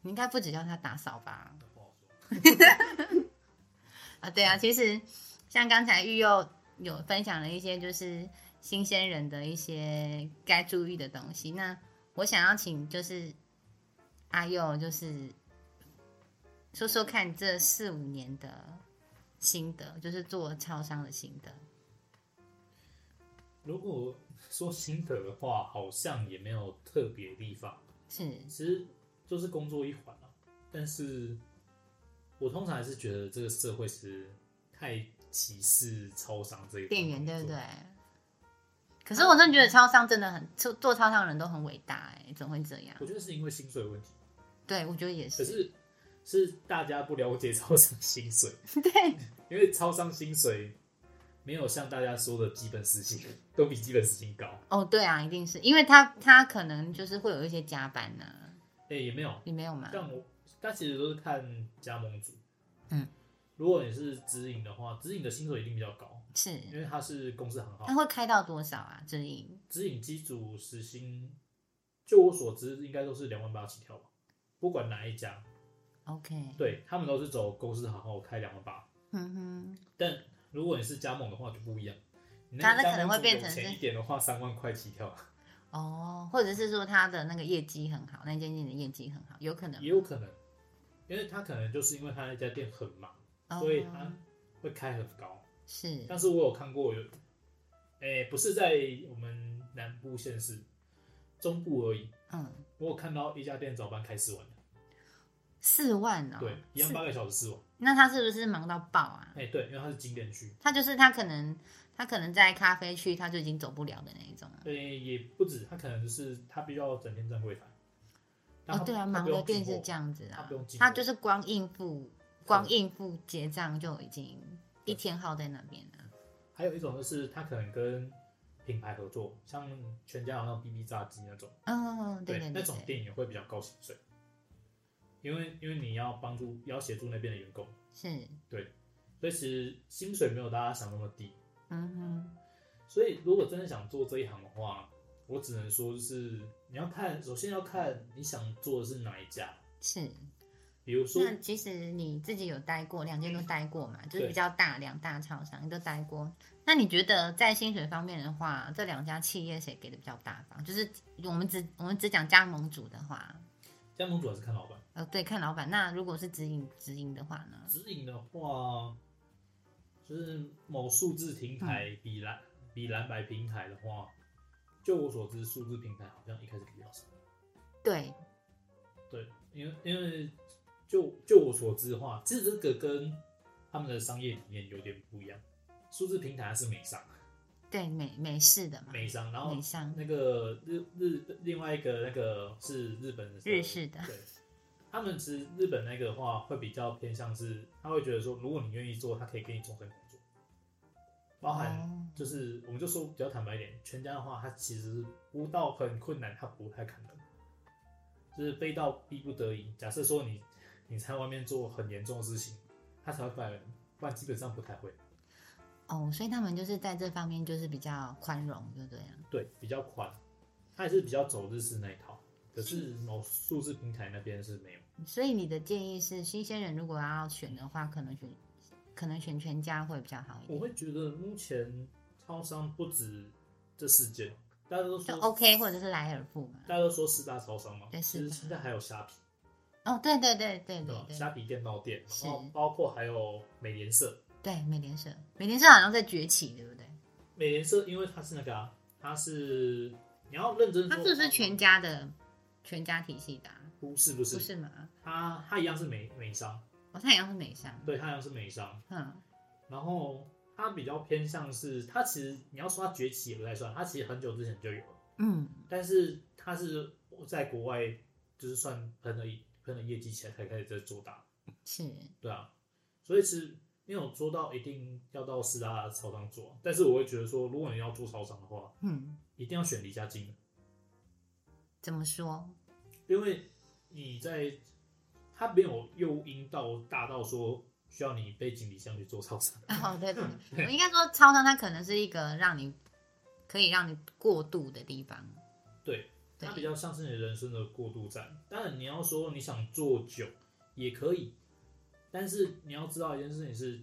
[SPEAKER 1] 你应该不只要他打扫吧。
[SPEAKER 2] 不好说
[SPEAKER 1] 啊，对啊，其实像刚才玉佑有分享了一些就是新鲜人的一些该注意的东西，那我想要请就是阿佑就是说说看这四五年的心得，就是做超商的心得。
[SPEAKER 2] 如果说心得的话，好像也没有特别地方。
[SPEAKER 1] 是
[SPEAKER 2] 其实就是工作一环啊。但是我通常还是觉得这个社会是太歧视超商这一
[SPEAKER 1] 店员，对不
[SPEAKER 2] 工作
[SPEAKER 1] 对？？可是我真的觉得超商真的很做做超商的人都很伟大哎、怎么会这样？
[SPEAKER 2] 我觉得是因为薪水问题，
[SPEAKER 1] 对，我觉得也
[SPEAKER 2] 可
[SPEAKER 1] 是，
[SPEAKER 2] 是是大家不了解超商薪水，
[SPEAKER 1] 对，
[SPEAKER 2] 因为超商薪水没有像大家说的基本时薪都比基本时薪高。
[SPEAKER 1] 哦，对啊，一定是因为他他可能就是会有一些加班呐、
[SPEAKER 2] 哎、也没有，
[SPEAKER 1] 你没有吗？
[SPEAKER 2] 但我但其实都是看加盟主。
[SPEAKER 1] 嗯，
[SPEAKER 2] 如果你是直营的话，直营的薪水一定比较高，
[SPEAKER 1] 是，
[SPEAKER 2] 因为它是公司行号
[SPEAKER 1] 他。会开到多少啊？指引
[SPEAKER 2] 指引机组时薪，就我所知，应该都是两万八起跳吧，不管哪一家，
[SPEAKER 1] OK，
[SPEAKER 2] 对他们都是走公司行号开两万八。
[SPEAKER 1] 嗯哼，
[SPEAKER 2] 但如果你是加盟的话，就不一样。你
[SPEAKER 1] 那
[SPEAKER 2] 个
[SPEAKER 1] 那
[SPEAKER 2] 加
[SPEAKER 1] 可能
[SPEAKER 2] 盟
[SPEAKER 1] 会
[SPEAKER 2] 主
[SPEAKER 1] 变
[SPEAKER 2] 有
[SPEAKER 1] 成
[SPEAKER 2] 钱
[SPEAKER 1] 是
[SPEAKER 2] 一点的话，三万块起跳，啊
[SPEAKER 1] 哦，或者是说他的那个业绩很好，那间店的业绩很好，有可能
[SPEAKER 2] 也有可能，因为他可能就是因为他那家店很忙，
[SPEAKER 1] 哦
[SPEAKER 2] 所以他会开很高。
[SPEAKER 1] 是
[SPEAKER 2] 但是我有看过有，诶、不是在我们南部县市，中部而已，
[SPEAKER 1] 嗯
[SPEAKER 2] 我有看到一家店早班开四万的，
[SPEAKER 1] 四万哦，
[SPEAKER 2] 对，一样
[SPEAKER 1] 是
[SPEAKER 2] 八个小时四万。
[SPEAKER 1] 那他是不是忙到爆啊？
[SPEAKER 2] 哎、对，因为它是景点区，
[SPEAKER 1] 他就是他可能他可能在咖啡区他就已经走不了的那一种了。啊
[SPEAKER 2] 呃，也不止，它可能就是它必须要整天站柜台。但
[SPEAKER 1] 哦
[SPEAKER 2] 它，
[SPEAKER 1] 对啊，
[SPEAKER 2] 它
[SPEAKER 1] 忙
[SPEAKER 2] 不用
[SPEAKER 1] 的店
[SPEAKER 2] 进
[SPEAKER 1] 是
[SPEAKER 2] 货
[SPEAKER 1] 这样子
[SPEAKER 2] 他
[SPEAKER 1] 啊
[SPEAKER 2] 不用，进货
[SPEAKER 1] 他就是光应付光应付结账就已经一天耗在那边了。
[SPEAKER 2] 还有一种就是它可能跟品牌合作，像全家有那种 BB 炸鸡那种，
[SPEAKER 1] 嗯，对对
[SPEAKER 2] 那
[SPEAKER 1] 对
[SPEAKER 2] 种
[SPEAKER 1] 对，
[SPEAKER 2] 店也会比较高薪水，因因为因为你要帮助，要协助那边的员工，
[SPEAKER 1] 是，
[SPEAKER 2] 所以其实薪水没有大家想那么低。
[SPEAKER 1] 嗯哼，
[SPEAKER 2] 所以如果真的想做这一行的话，我只能说就是你要看，首先要看你想做的是哪一家。
[SPEAKER 1] 是。
[SPEAKER 2] 比如说，
[SPEAKER 1] 那其实你自己有待过，两间都待过嘛，就是
[SPEAKER 2] 对
[SPEAKER 1] 比较大两大超商，你都待过。那你觉得在薪水方面的话，这两家企业谁给的比较大方？就是我们只我们只讲加盟主的话，
[SPEAKER 2] 加盟主还是看老板。
[SPEAKER 1] 呃，对，看老板。那如果是直营直营的话呢？
[SPEAKER 2] 指引的话，就是某数字平台比蓝、比蓝白平台的话，就我所知，数字平台好像一开始比较少。
[SPEAKER 1] 对，
[SPEAKER 2] 对，因为因为就就我所知的话，其实这个跟他们的商业理念有点不一样。数字平台是美商，
[SPEAKER 1] 对美美式的嘛，
[SPEAKER 2] 美商，然后
[SPEAKER 1] 美商
[SPEAKER 2] 那个日日另外一个那个是日本的
[SPEAKER 1] 日式的
[SPEAKER 2] 对，他们其实日本那个的话会比较偏向是，他会觉得说，如果你愿意做，他可以给你终身工作，包含
[SPEAKER 1] 哦
[SPEAKER 2] 就是我们就说比较坦白一点，全家的话，他其实不到很困难，他不太可能，就是非到逼不得已。假设说你你在外面做很严重的事情，他才会把人，不然基本上不太会。
[SPEAKER 1] 哦，所以他们就是在这方面就是比较宽容，就这样。
[SPEAKER 2] 对，比较宽，它也是比较走日式那一套。可是某数字平台那边是没有，
[SPEAKER 1] 所以你的建议是，新鲜人如果要选的话，可能选可能选全家会比较好一
[SPEAKER 2] 我
[SPEAKER 1] 点。
[SPEAKER 2] 会觉得目前超商不止这四间，大家都
[SPEAKER 1] 就
[SPEAKER 2] 说
[SPEAKER 1] OK，或者是莱尔富嘛。
[SPEAKER 2] 大家都说四大超商嘛，
[SPEAKER 1] 对
[SPEAKER 2] 其
[SPEAKER 1] 四
[SPEAKER 2] 实
[SPEAKER 1] 大
[SPEAKER 2] 现在还有虾皮，
[SPEAKER 1] 哦，对对对对
[SPEAKER 2] 对
[SPEAKER 1] 对
[SPEAKER 2] 吧？
[SPEAKER 1] 对
[SPEAKER 2] 虾皮电脑店，
[SPEAKER 1] 是
[SPEAKER 2] 然后包括还有美联社，
[SPEAKER 1] 对，美联社，美联社好像在崛起，对不对？
[SPEAKER 2] 美联社因为它是那个啊，它是你要认真说，
[SPEAKER 1] 它是不是全家的全家体系的啊、
[SPEAKER 2] 不是不
[SPEAKER 1] 不
[SPEAKER 2] 是，
[SPEAKER 1] 是吗？
[SPEAKER 2] 它它一样是美美商，
[SPEAKER 1] 哦，它也是美商。
[SPEAKER 2] 对，它一样是美商，
[SPEAKER 1] 嗯，
[SPEAKER 2] 然后它比较偏向是，它其实你要说它崛起也不太算，它其实很久之前就有了，
[SPEAKER 1] 嗯，
[SPEAKER 2] 但是它是在国外就是算喷了一喷了业绩起来才开始在做大，
[SPEAKER 1] 是
[SPEAKER 2] 对啊，所以其实没有做到一定要到四大超商做，但是我会觉得说，如果你要做超商的话，
[SPEAKER 1] 嗯，
[SPEAKER 2] 一定要选离家近的，
[SPEAKER 1] 怎么说？
[SPEAKER 2] 因为你在它没有诱因到大到说需要你背井离乡去做超商，
[SPEAKER 1] 哦，对对 对，我应该说超商它可能是一个让你可以让你过渡的地方。
[SPEAKER 2] 对，
[SPEAKER 1] 对
[SPEAKER 2] 它，比较像是你人生的过渡站。当然，你要说你想做久也可以，但是你要知道一件事情是，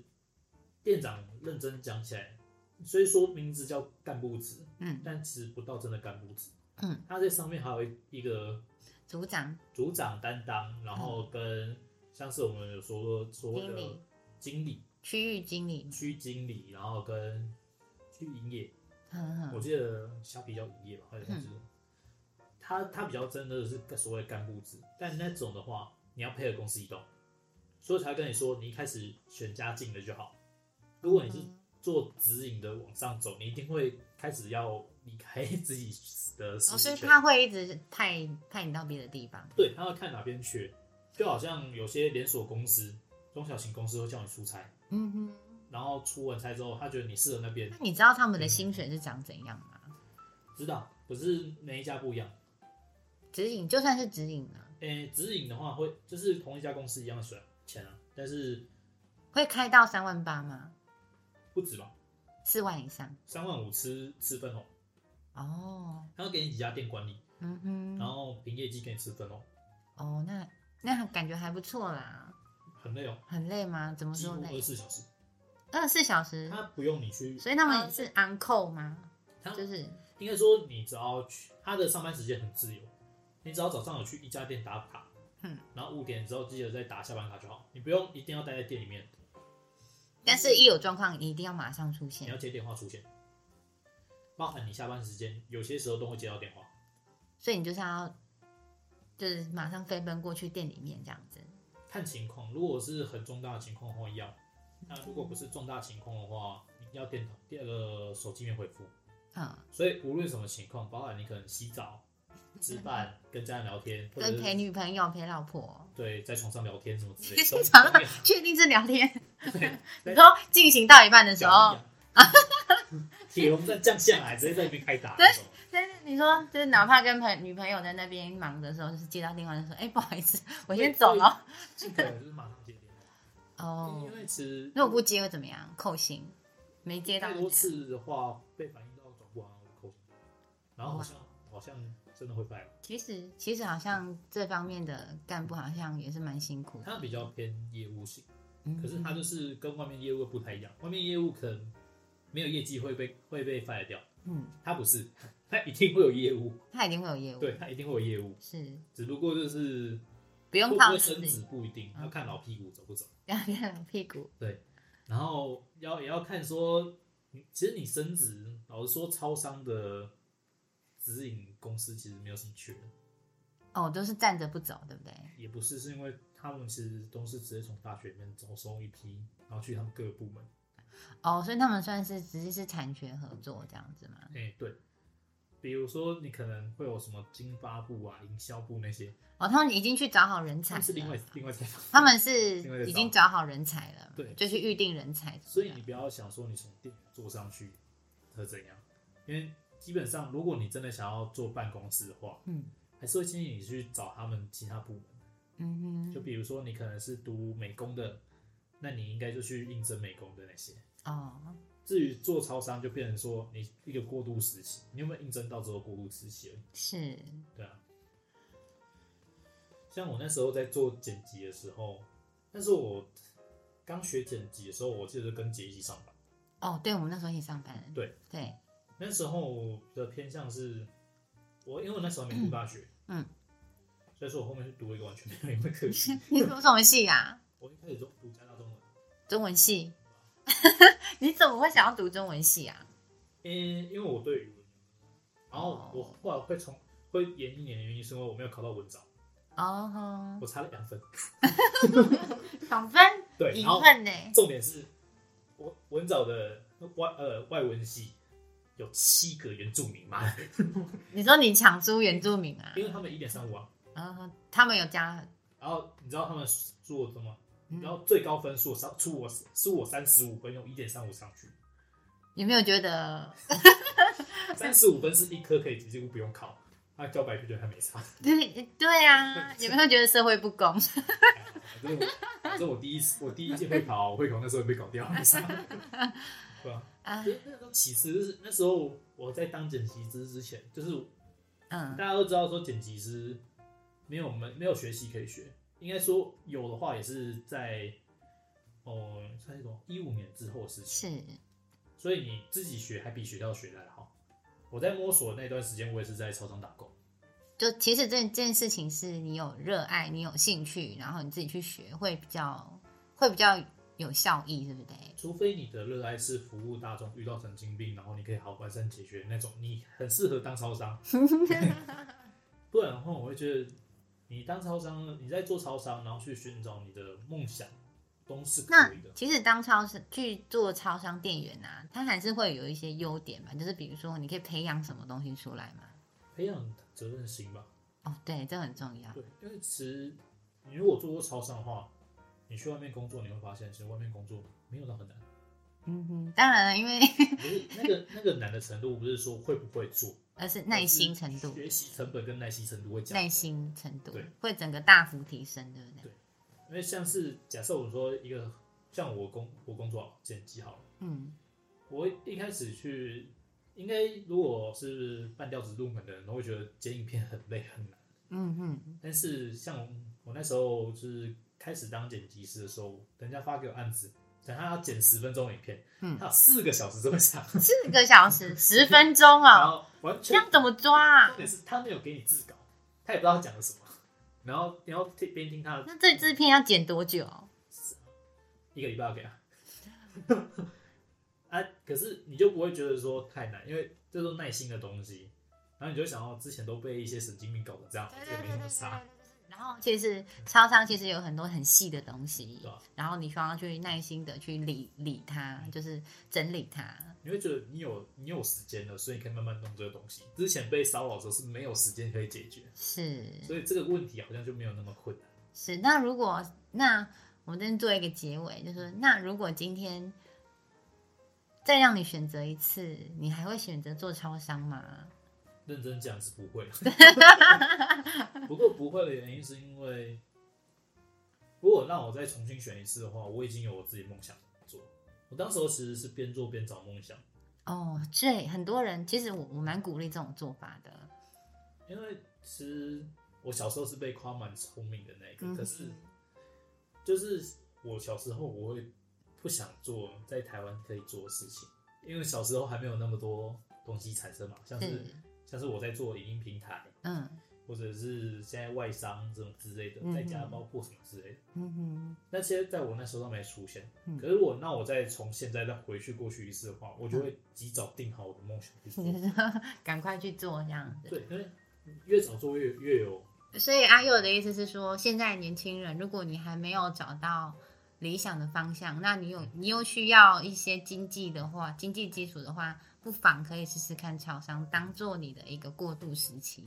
[SPEAKER 2] 店长认真讲起来，虽说名字叫干部职，
[SPEAKER 1] 嗯，
[SPEAKER 2] 但其实不到真的干部职。
[SPEAKER 1] 嗯，
[SPEAKER 2] 他在上面还有一个
[SPEAKER 1] 组长
[SPEAKER 2] 组长担当，然后跟像是我们有说过所谓
[SPEAKER 1] 经
[SPEAKER 2] 的
[SPEAKER 1] 理
[SPEAKER 2] 经理、
[SPEAKER 1] 区域经理，
[SPEAKER 2] 区经理，然后跟区营业，
[SPEAKER 1] 嗯
[SPEAKER 2] 我
[SPEAKER 1] 哼，
[SPEAKER 2] 记得虾皮叫营业吧，好像是。他他比较真的是所谓干部制，但那种的话，你要配合公司移动，所以才跟你说，你一开始选家境的就好。如果你是做直营的往上走，你一定会开始要离开自己的舒
[SPEAKER 1] 哦，所
[SPEAKER 2] 适
[SPEAKER 1] 以
[SPEAKER 2] 圈。
[SPEAKER 1] 他会一直派派你到别的地方。
[SPEAKER 2] 对，他要看哪边缺，就好像有些连锁公司、中小型公司会叫你出差，
[SPEAKER 1] 嗯哼，
[SPEAKER 2] 然后出完差之后，他觉得你适合那边
[SPEAKER 1] 那，你知道他们的薪水是长怎样吗？
[SPEAKER 2] 知道，可是每一家不一样。
[SPEAKER 1] 指引就算是指引啊，
[SPEAKER 2] 诶、直营的话会就是同一家公司一样的选钱啊，但是
[SPEAKER 1] 会开到三万八吗？
[SPEAKER 2] 不止吧，
[SPEAKER 1] 四万以上？
[SPEAKER 2] 三万五吃吃分红，
[SPEAKER 1] 哦，
[SPEAKER 2] 他会给你几家店管理，
[SPEAKER 1] 嗯
[SPEAKER 2] 然
[SPEAKER 1] 哼，
[SPEAKER 2] 后凭业绩给你吃分红，
[SPEAKER 1] 哦，那那感觉还不错啦。
[SPEAKER 2] 很累哦，
[SPEAKER 1] 很累吗？怎么
[SPEAKER 2] 几
[SPEAKER 1] 说
[SPEAKER 2] 乎二
[SPEAKER 1] 累
[SPEAKER 2] 十？四小时，
[SPEAKER 1] 二十四小时，
[SPEAKER 2] 他不用你去，
[SPEAKER 1] 所以他们是 on call 吗？
[SPEAKER 2] 嗯他嗯
[SPEAKER 1] 就是
[SPEAKER 2] 应该说你只要去，他的上班时间很自由，你只要早上有去一家店打卡，
[SPEAKER 1] 嗯，
[SPEAKER 2] 然后五点之后记得再打下班卡就好，你不用一定要待在店里面，
[SPEAKER 1] 但是一有状况，你一定要马上出
[SPEAKER 2] 你要
[SPEAKER 1] 现。
[SPEAKER 2] 接电话出现，包含你下班时间，有些时候都会接到电话，
[SPEAKER 1] 所以你就是要，就是马上飞奔过去店里面这样子。
[SPEAKER 2] 看情况，如果是很重大的情况的话要，
[SPEAKER 1] 嗯
[SPEAKER 2] 那如果不是重大情况的话，你要电头第二个手机面回复。
[SPEAKER 1] 嗯，
[SPEAKER 2] 所以无论什么情况，包含你可能洗澡、吃 饭、跟家人聊天，或者
[SPEAKER 1] 跟
[SPEAKER 2] 是
[SPEAKER 1] 陪女朋友、陪老婆，
[SPEAKER 2] 对在床上聊天什 么之类的，
[SPEAKER 1] 非常
[SPEAKER 2] 都都没有
[SPEAKER 1] 确定是聊天。
[SPEAKER 2] 对
[SPEAKER 1] 你说进行到一半的时
[SPEAKER 2] 讲
[SPEAKER 1] 候
[SPEAKER 2] 一，样。铁笼在降下来，直接在那边开打。
[SPEAKER 1] 对
[SPEAKER 2] 那种
[SPEAKER 1] 但是你说，就是哪怕跟朋女朋友在那边忙的时候，就是接到电话就说：“哎、不好意思，我先走了。
[SPEAKER 2] 记得就是马上接电话，”
[SPEAKER 1] 哦
[SPEAKER 2] 因，为其实
[SPEAKER 1] 如果不接会怎么样？扣薪，没接到
[SPEAKER 2] 太
[SPEAKER 1] 就
[SPEAKER 2] 多次的话被反映到总部好啊像会扣钱，然后好像好像真的会败。
[SPEAKER 1] 其实其实好像这方面的干部好像也是蛮辛苦的，
[SPEAKER 2] 他比较偏业务性，
[SPEAKER 1] 嗯
[SPEAKER 2] 可是他就是跟外面业务不太一样，外面业务可能没有业绩会被会被 fire 掉，
[SPEAKER 1] 嗯，
[SPEAKER 2] 他不是，他一定会有业务，
[SPEAKER 1] 他一定会有业务，
[SPEAKER 2] 对他一定会有业务，
[SPEAKER 1] 是
[SPEAKER 2] 只不过就是
[SPEAKER 1] 不
[SPEAKER 2] 会
[SPEAKER 1] 用
[SPEAKER 2] 不
[SPEAKER 1] 靠他嗯
[SPEAKER 2] 会
[SPEAKER 1] 自
[SPEAKER 2] 升
[SPEAKER 1] 己
[SPEAKER 2] 职不一定，要看老屁股走不走，
[SPEAKER 1] 要看 屁股，
[SPEAKER 2] 然后要也要看说，你其实你升职，老实说，超商的指引公司其实没有什么缺的，
[SPEAKER 1] 哦，都是站着不走，对不对？
[SPEAKER 2] 也不是，是因为他们其实都是直接从大学里面招收一批，然后去他们各个部门。
[SPEAKER 1] 哦，所以他们算是只是是产学合作这样子嘛？
[SPEAKER 2] 哎、对，比如说你可能会有什么经发部啊、营销部那些，
[SPEAKER 1] 哦，他们已经去找好人
[SPEAKER 2] 他
[SPEAKER 1] 才
[SPEAKER 2] 们是另外
[SPEAKER 1] 了，
[SPEAKER 2] 另外采访。
[SPEAKER 1] 他们是
[SPEAKER 2] 另外再
[SPEAKER 1] 已
[SPEAKER 2] 找
[SPEAKER 1] 经找好人才了，
[SPEAKER 2] 对
[SPEAKER 1] 就去预定人才，
[SPEAKER 2] 所以你不要想说你从店员做上去和怎样，因为基本上如果你真的想要做办公室的话，
[SPEAKER 1] 嗯
[SPEAKER 2] 还是会建议你去找他们其他部门。
[SPEAKER 1] 嗯
[SPEAKER 2] 就
[SPEAKER 1] 哼，
[SPEAKER 2] 比如说你可能是读美工的，那你应该就去应征美工的那些。
[SPEAKER 1] 哦，
[SPEAKER 2] 至于做超商，就变成说你一个过渡时期，你有没有应征到之后过渡时期而已？
[SPEAKER 1] 是，
[SPEAKER 2] 对啊，像我那时候在做剪辑的时候，但是我刚学剪辑的时候，我记得跟姐一起上班。
[SPEAKER 1] 哦，对，我们那时候一起上班，
[SPEAKER 2] 对
[SPEAKER 1] 对，
[SPEAKER 2] 那时候我的偏向是，我因为我那时候还没读大学，
[SPEAKER 1] 嗯，
[SPEAKER 2] 所以说我后面是读了一个完全没有一门课 程。
[SPEAKER 1] 你读什么系啊？
[SPEAKER 2] 我一开始就读加大中文，
[SPEAKER 1] 中文系， 你怎么会想要读中文系啊？
[SPEAKER 2] 因因为我对语文，然后我后来会从会延一年的原因是因为我没有考到文藻，
[SPEAKER 1] 哦，
[SPEAKER 2] 我差了两分。
[SPEAKER 1] 爽分，
[SPEAKER 2] 对，
[SPEAKER 1] 一
[SPEAKER 2] 然后
[SPEAKER 1] 份呢？
[SPEAKER 2] 重点是，我文藻的外呃外文系有七个原 住民嘛，
[SPEAKER 1] 你说你抢输原住民啊？
[SPEAKER 2] 因为他们一点三五啊。
[SPEAKER 1] 嗯，他们有加，
[SPEAKER 2] 然后你知道他们做什么？
[SPEAKER 1] 嗯
[SPEAKER 2] 然后最高分数上出我输我三十五分，用一点三五上 去，
[SPEAKER 1] 有没有觉得
[SPEAKER 2] 三十五分是一科可以几乎不用考，他交白就觉得他没差。
[SPEAKER 1] 对对 啊，有没有觉得社会不公？
[SPEAKER 2] 这是我这是我第一次，我第一届会考，我会考那时候被搞 掉，没差。对啊，
[SPEAKER 1] 啊
[SPEAKER 2] 其，实那时候其实就是那时候我在当剪辑师之前，就是大
[SPEAKER 1] 嗯，
[SPEAKER 2] 家都知道说剪辑师没有门没有学习可以学，应该说有的话也是在哦算是什么一五年之后的事情，
[SPEAKER 1] 是，
[SPEAKER 2] 所以你自己学还比学校学的还好。我在摸索的那段时间，我也是在超商打工，
[SPEAKER 1] 就其实这这件事情是你有热爱，你有兴趣，然后你自己去学，会比较会比较有效益，对不对？
[SPEAKER 2] 除非你的热爱是服务大众，遇到神经病，然后你可以好好完善解决那种，你很适合当超商。不然的话，我会觉得你当超商，你在做超商，然后去寻找你的梦想，都是
[SPEAKER 1] 那
[SPEAKER 2] 可以的。
[SPEAKER 1] 其实当超市去做超商店员啊，它还是会有一些优点吧，就是比如说你可以培养什么东西出来嘛。
[SPEAKER 2] 培养责任心吧。
[SPEAKER 1] 哦，对，这很重要。
[SPEAKER 2] 对，因为其实你如果做过超商的话，你去外面工作，你会发现，其实外面工作没有那很难。
[SPEAKER 1] 嗯哼，当然了，因为
[SPEAKER 2] 不是那个那个难的程度，不是说会不会做，
[SPEAKER 1] 而是耐心程
[SPEAKER 2] 而
[SPEAKER 1] 度
[SPEAKER 2] 是，学习成本跟耐心程度会降。
[SPEAKER 1] 耐心程度
[SPEAKER 2] 对
[SPEAKER 1] 会整个大幅提升，对不对？
[SPEAKER 2] 对因为像是假设我说一个像我工我工作剪辑好了，
[SPEAKER 1] 嗯，
[SPEAKER 2] 我一开始去，应该如果是半吊子入门的人，都会觉得剪影片很累很难。
[SPEAKER 1] 嗯哼，
[SPEAKER 2] 但是像我那时候就是开始当剪辑师的时候，人家发给我案子，等他要剪十分钟的影片，
[SPEAKER 1] 嗯
[SPEAKER 2] 他有四个小时这么长，
[SPEAKER 1] 四个小 时十分钟
[SPEAKER 2] 然
[SPEAKER 1] 哦，
[SPEAKER 2] 后完
[SPEAKER 1] 这
[SPEAKER 2] 全
[SPEAKER 1] 样怎么抓
[SPEAKER 2] 重
[SPEAKER 1] 啊？
[SPEAKER 2] 点是他没有给你自稿，他也不知道他讲了什么，然后你要听边听他的
[SPEAKER 1] 那这支片要剪多久？啊
[SPEAKER 2] 一个礼拜要给他。 啊，可是你就不会觉得说太难，因为这都是耐心的东西，然后你就想到之前都被一些神经病搞成这样，这个没什么差。
[SPEAKER 1] 然后其实超商其实有很多很细的东西
[SPEAKER 2] 对啊，嗯
[SPEAKER 1] 然后你需要去耐心的去理理它，就是整理它。
[SPEAKER 2] 你会觉得你有你有时间了，所以你可以慢慢弄这个东西。之前被骚扰的时候是没有时间可以解决，
[SPEAKER 1] 是
[SPEAKER 2] 所以这个问题好像就没有那么困难。
[SPEAKER 1] 是，那如果那我们这边做一个结尾，就是那如果今天再让你选择一次，你还会选择做超商吗？
[SPEAKER 2] 认真讲是不会，不过不会的原因是因为，如果让我再重新选一次的话，我已经有我自己梦想的工作。我当时候其实是边做边找梦想，
[SPEAKER 1] 哦，对，很多人其实我我蛮鼓励这种做法的，
[SPEAKER 2] 因为其实我小时候是被夸蛮聪明的那一个，
[SPEAKER 1] 嗯
[SPEAKER 2] 可是就是我小时候我会不想做在台湾可以做的事情，因为小时候还没有那么多东西产生嘛，像是
[SPEAKER 1] 是
[SPEAKER 2] 像是我在做影音平台，
[SPEAKER 1] 嗯
[SPEAKER 2] 或者是现在外商这种之类的，
[SPEAKER 1] 嗯
[SPEAKER 2] 在家包括什么之类的，
[SPEAKER 1] 嗯哼，
[SPEAKER 2] 那些在我那时候都没出现。
[SPEAKER 1] 嗯
[SPEAKER 2] 可是我那我再从现在再回去过去一次的话，我就会及早定好我的梦想去做。
[SPEAKER 1] 你说赶快去做这样子。
[SPEAKER 2] 对，因为越早做越越有
[SPEAKER 1] 所以阿佑的意思是说，现在年轻人，如果你还没有找到理想的方向，那你
[SPEAKER 2] 嗯
[SPEAKER 1] 有你又需要一些经济的话，经济基础的话，不妨可以试试看超商，当做你的一个过渡时期。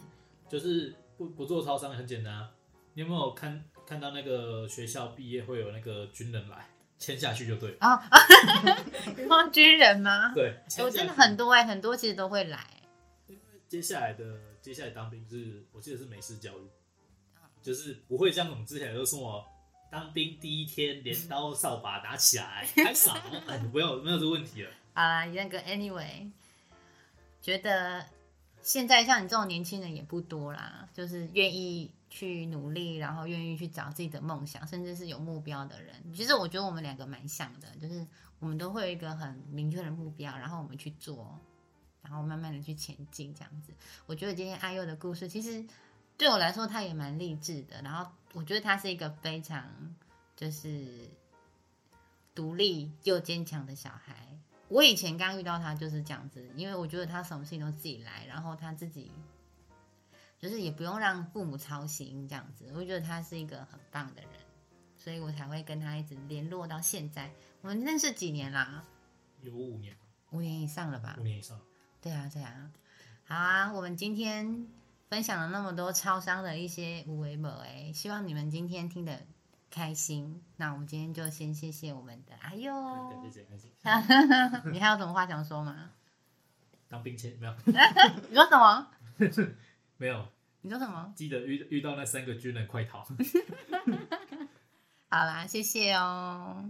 [SPEAKER 2] 就是不不做超商很简单、啊。你有没有看看到那个学校毕业会有那个军人来签下去就对了。
[SPEAKER 1] 哦， 你说军人吗？
[SPEAKER 2] 对，
[SPEAKER 1] 哎我
[SPEAKER 2] 签下
[SPEAKER 1] 真
[SPEAKER 2] 去
[SPEAKER 1] 的很多哎、很多其实都会来。欸
[SPEAKER 2] 接下来的接下来当兵是，我记得是美式教育，就是不会像我们之前都说我当兵第一天镰刀扫把拿起 来，还扫，哎，不要没有这个问题了。
[SPEAKER 1] 好啦，那个 anyway，觉得现在像你这种年轻人也不多啦，就是愿意去努力，然后愿意去找自己的梦想，甚至是有目标的人。其实我觉得我们两个蛮像的，就是我们都会有一个很明确的目标，然后我们去做，然后慢慢的去前进，这样子。我觉得今天阿佑的故事，其实对我来说，他也蛮励志的。然后我觉得他是一个非常就是独立又坚强的小孩。我以前刚遇到他就是这样子，因为我觉得他什么事情都自己来，然后他自己就是也不用让父母操心这样子。我觉得他是一个很棒的人，所以我才会跟他一直联络到现在。我们认识几年啦？
[SPEAKER 2] 有五年，
[SPEAKER 1] 五年以上了吧
[SPEAKER 2] 五？年以上，
[SPEAKER 1] 对啊，对啊。好啊，我们今天分享了那么多超商的一些无为某哎，希望你们今天听得开心。那我们今天就先谢谢我们的哎呦，
[SPEAKER 2] 感嗯谢感谢。
[SPEAKER 1] 你还有什么话想说吗？
[SPEAKER 2] 当兵签没有
[SPEAKER 1] 你说什么？
[SPEAKER 2] 没有，
[SPEAKER 1] 你说什么？
[SPEAKER 2] 记得遇遇到那三个军人快逃。
[SPEAKER 1] 好啦，谢谢哦。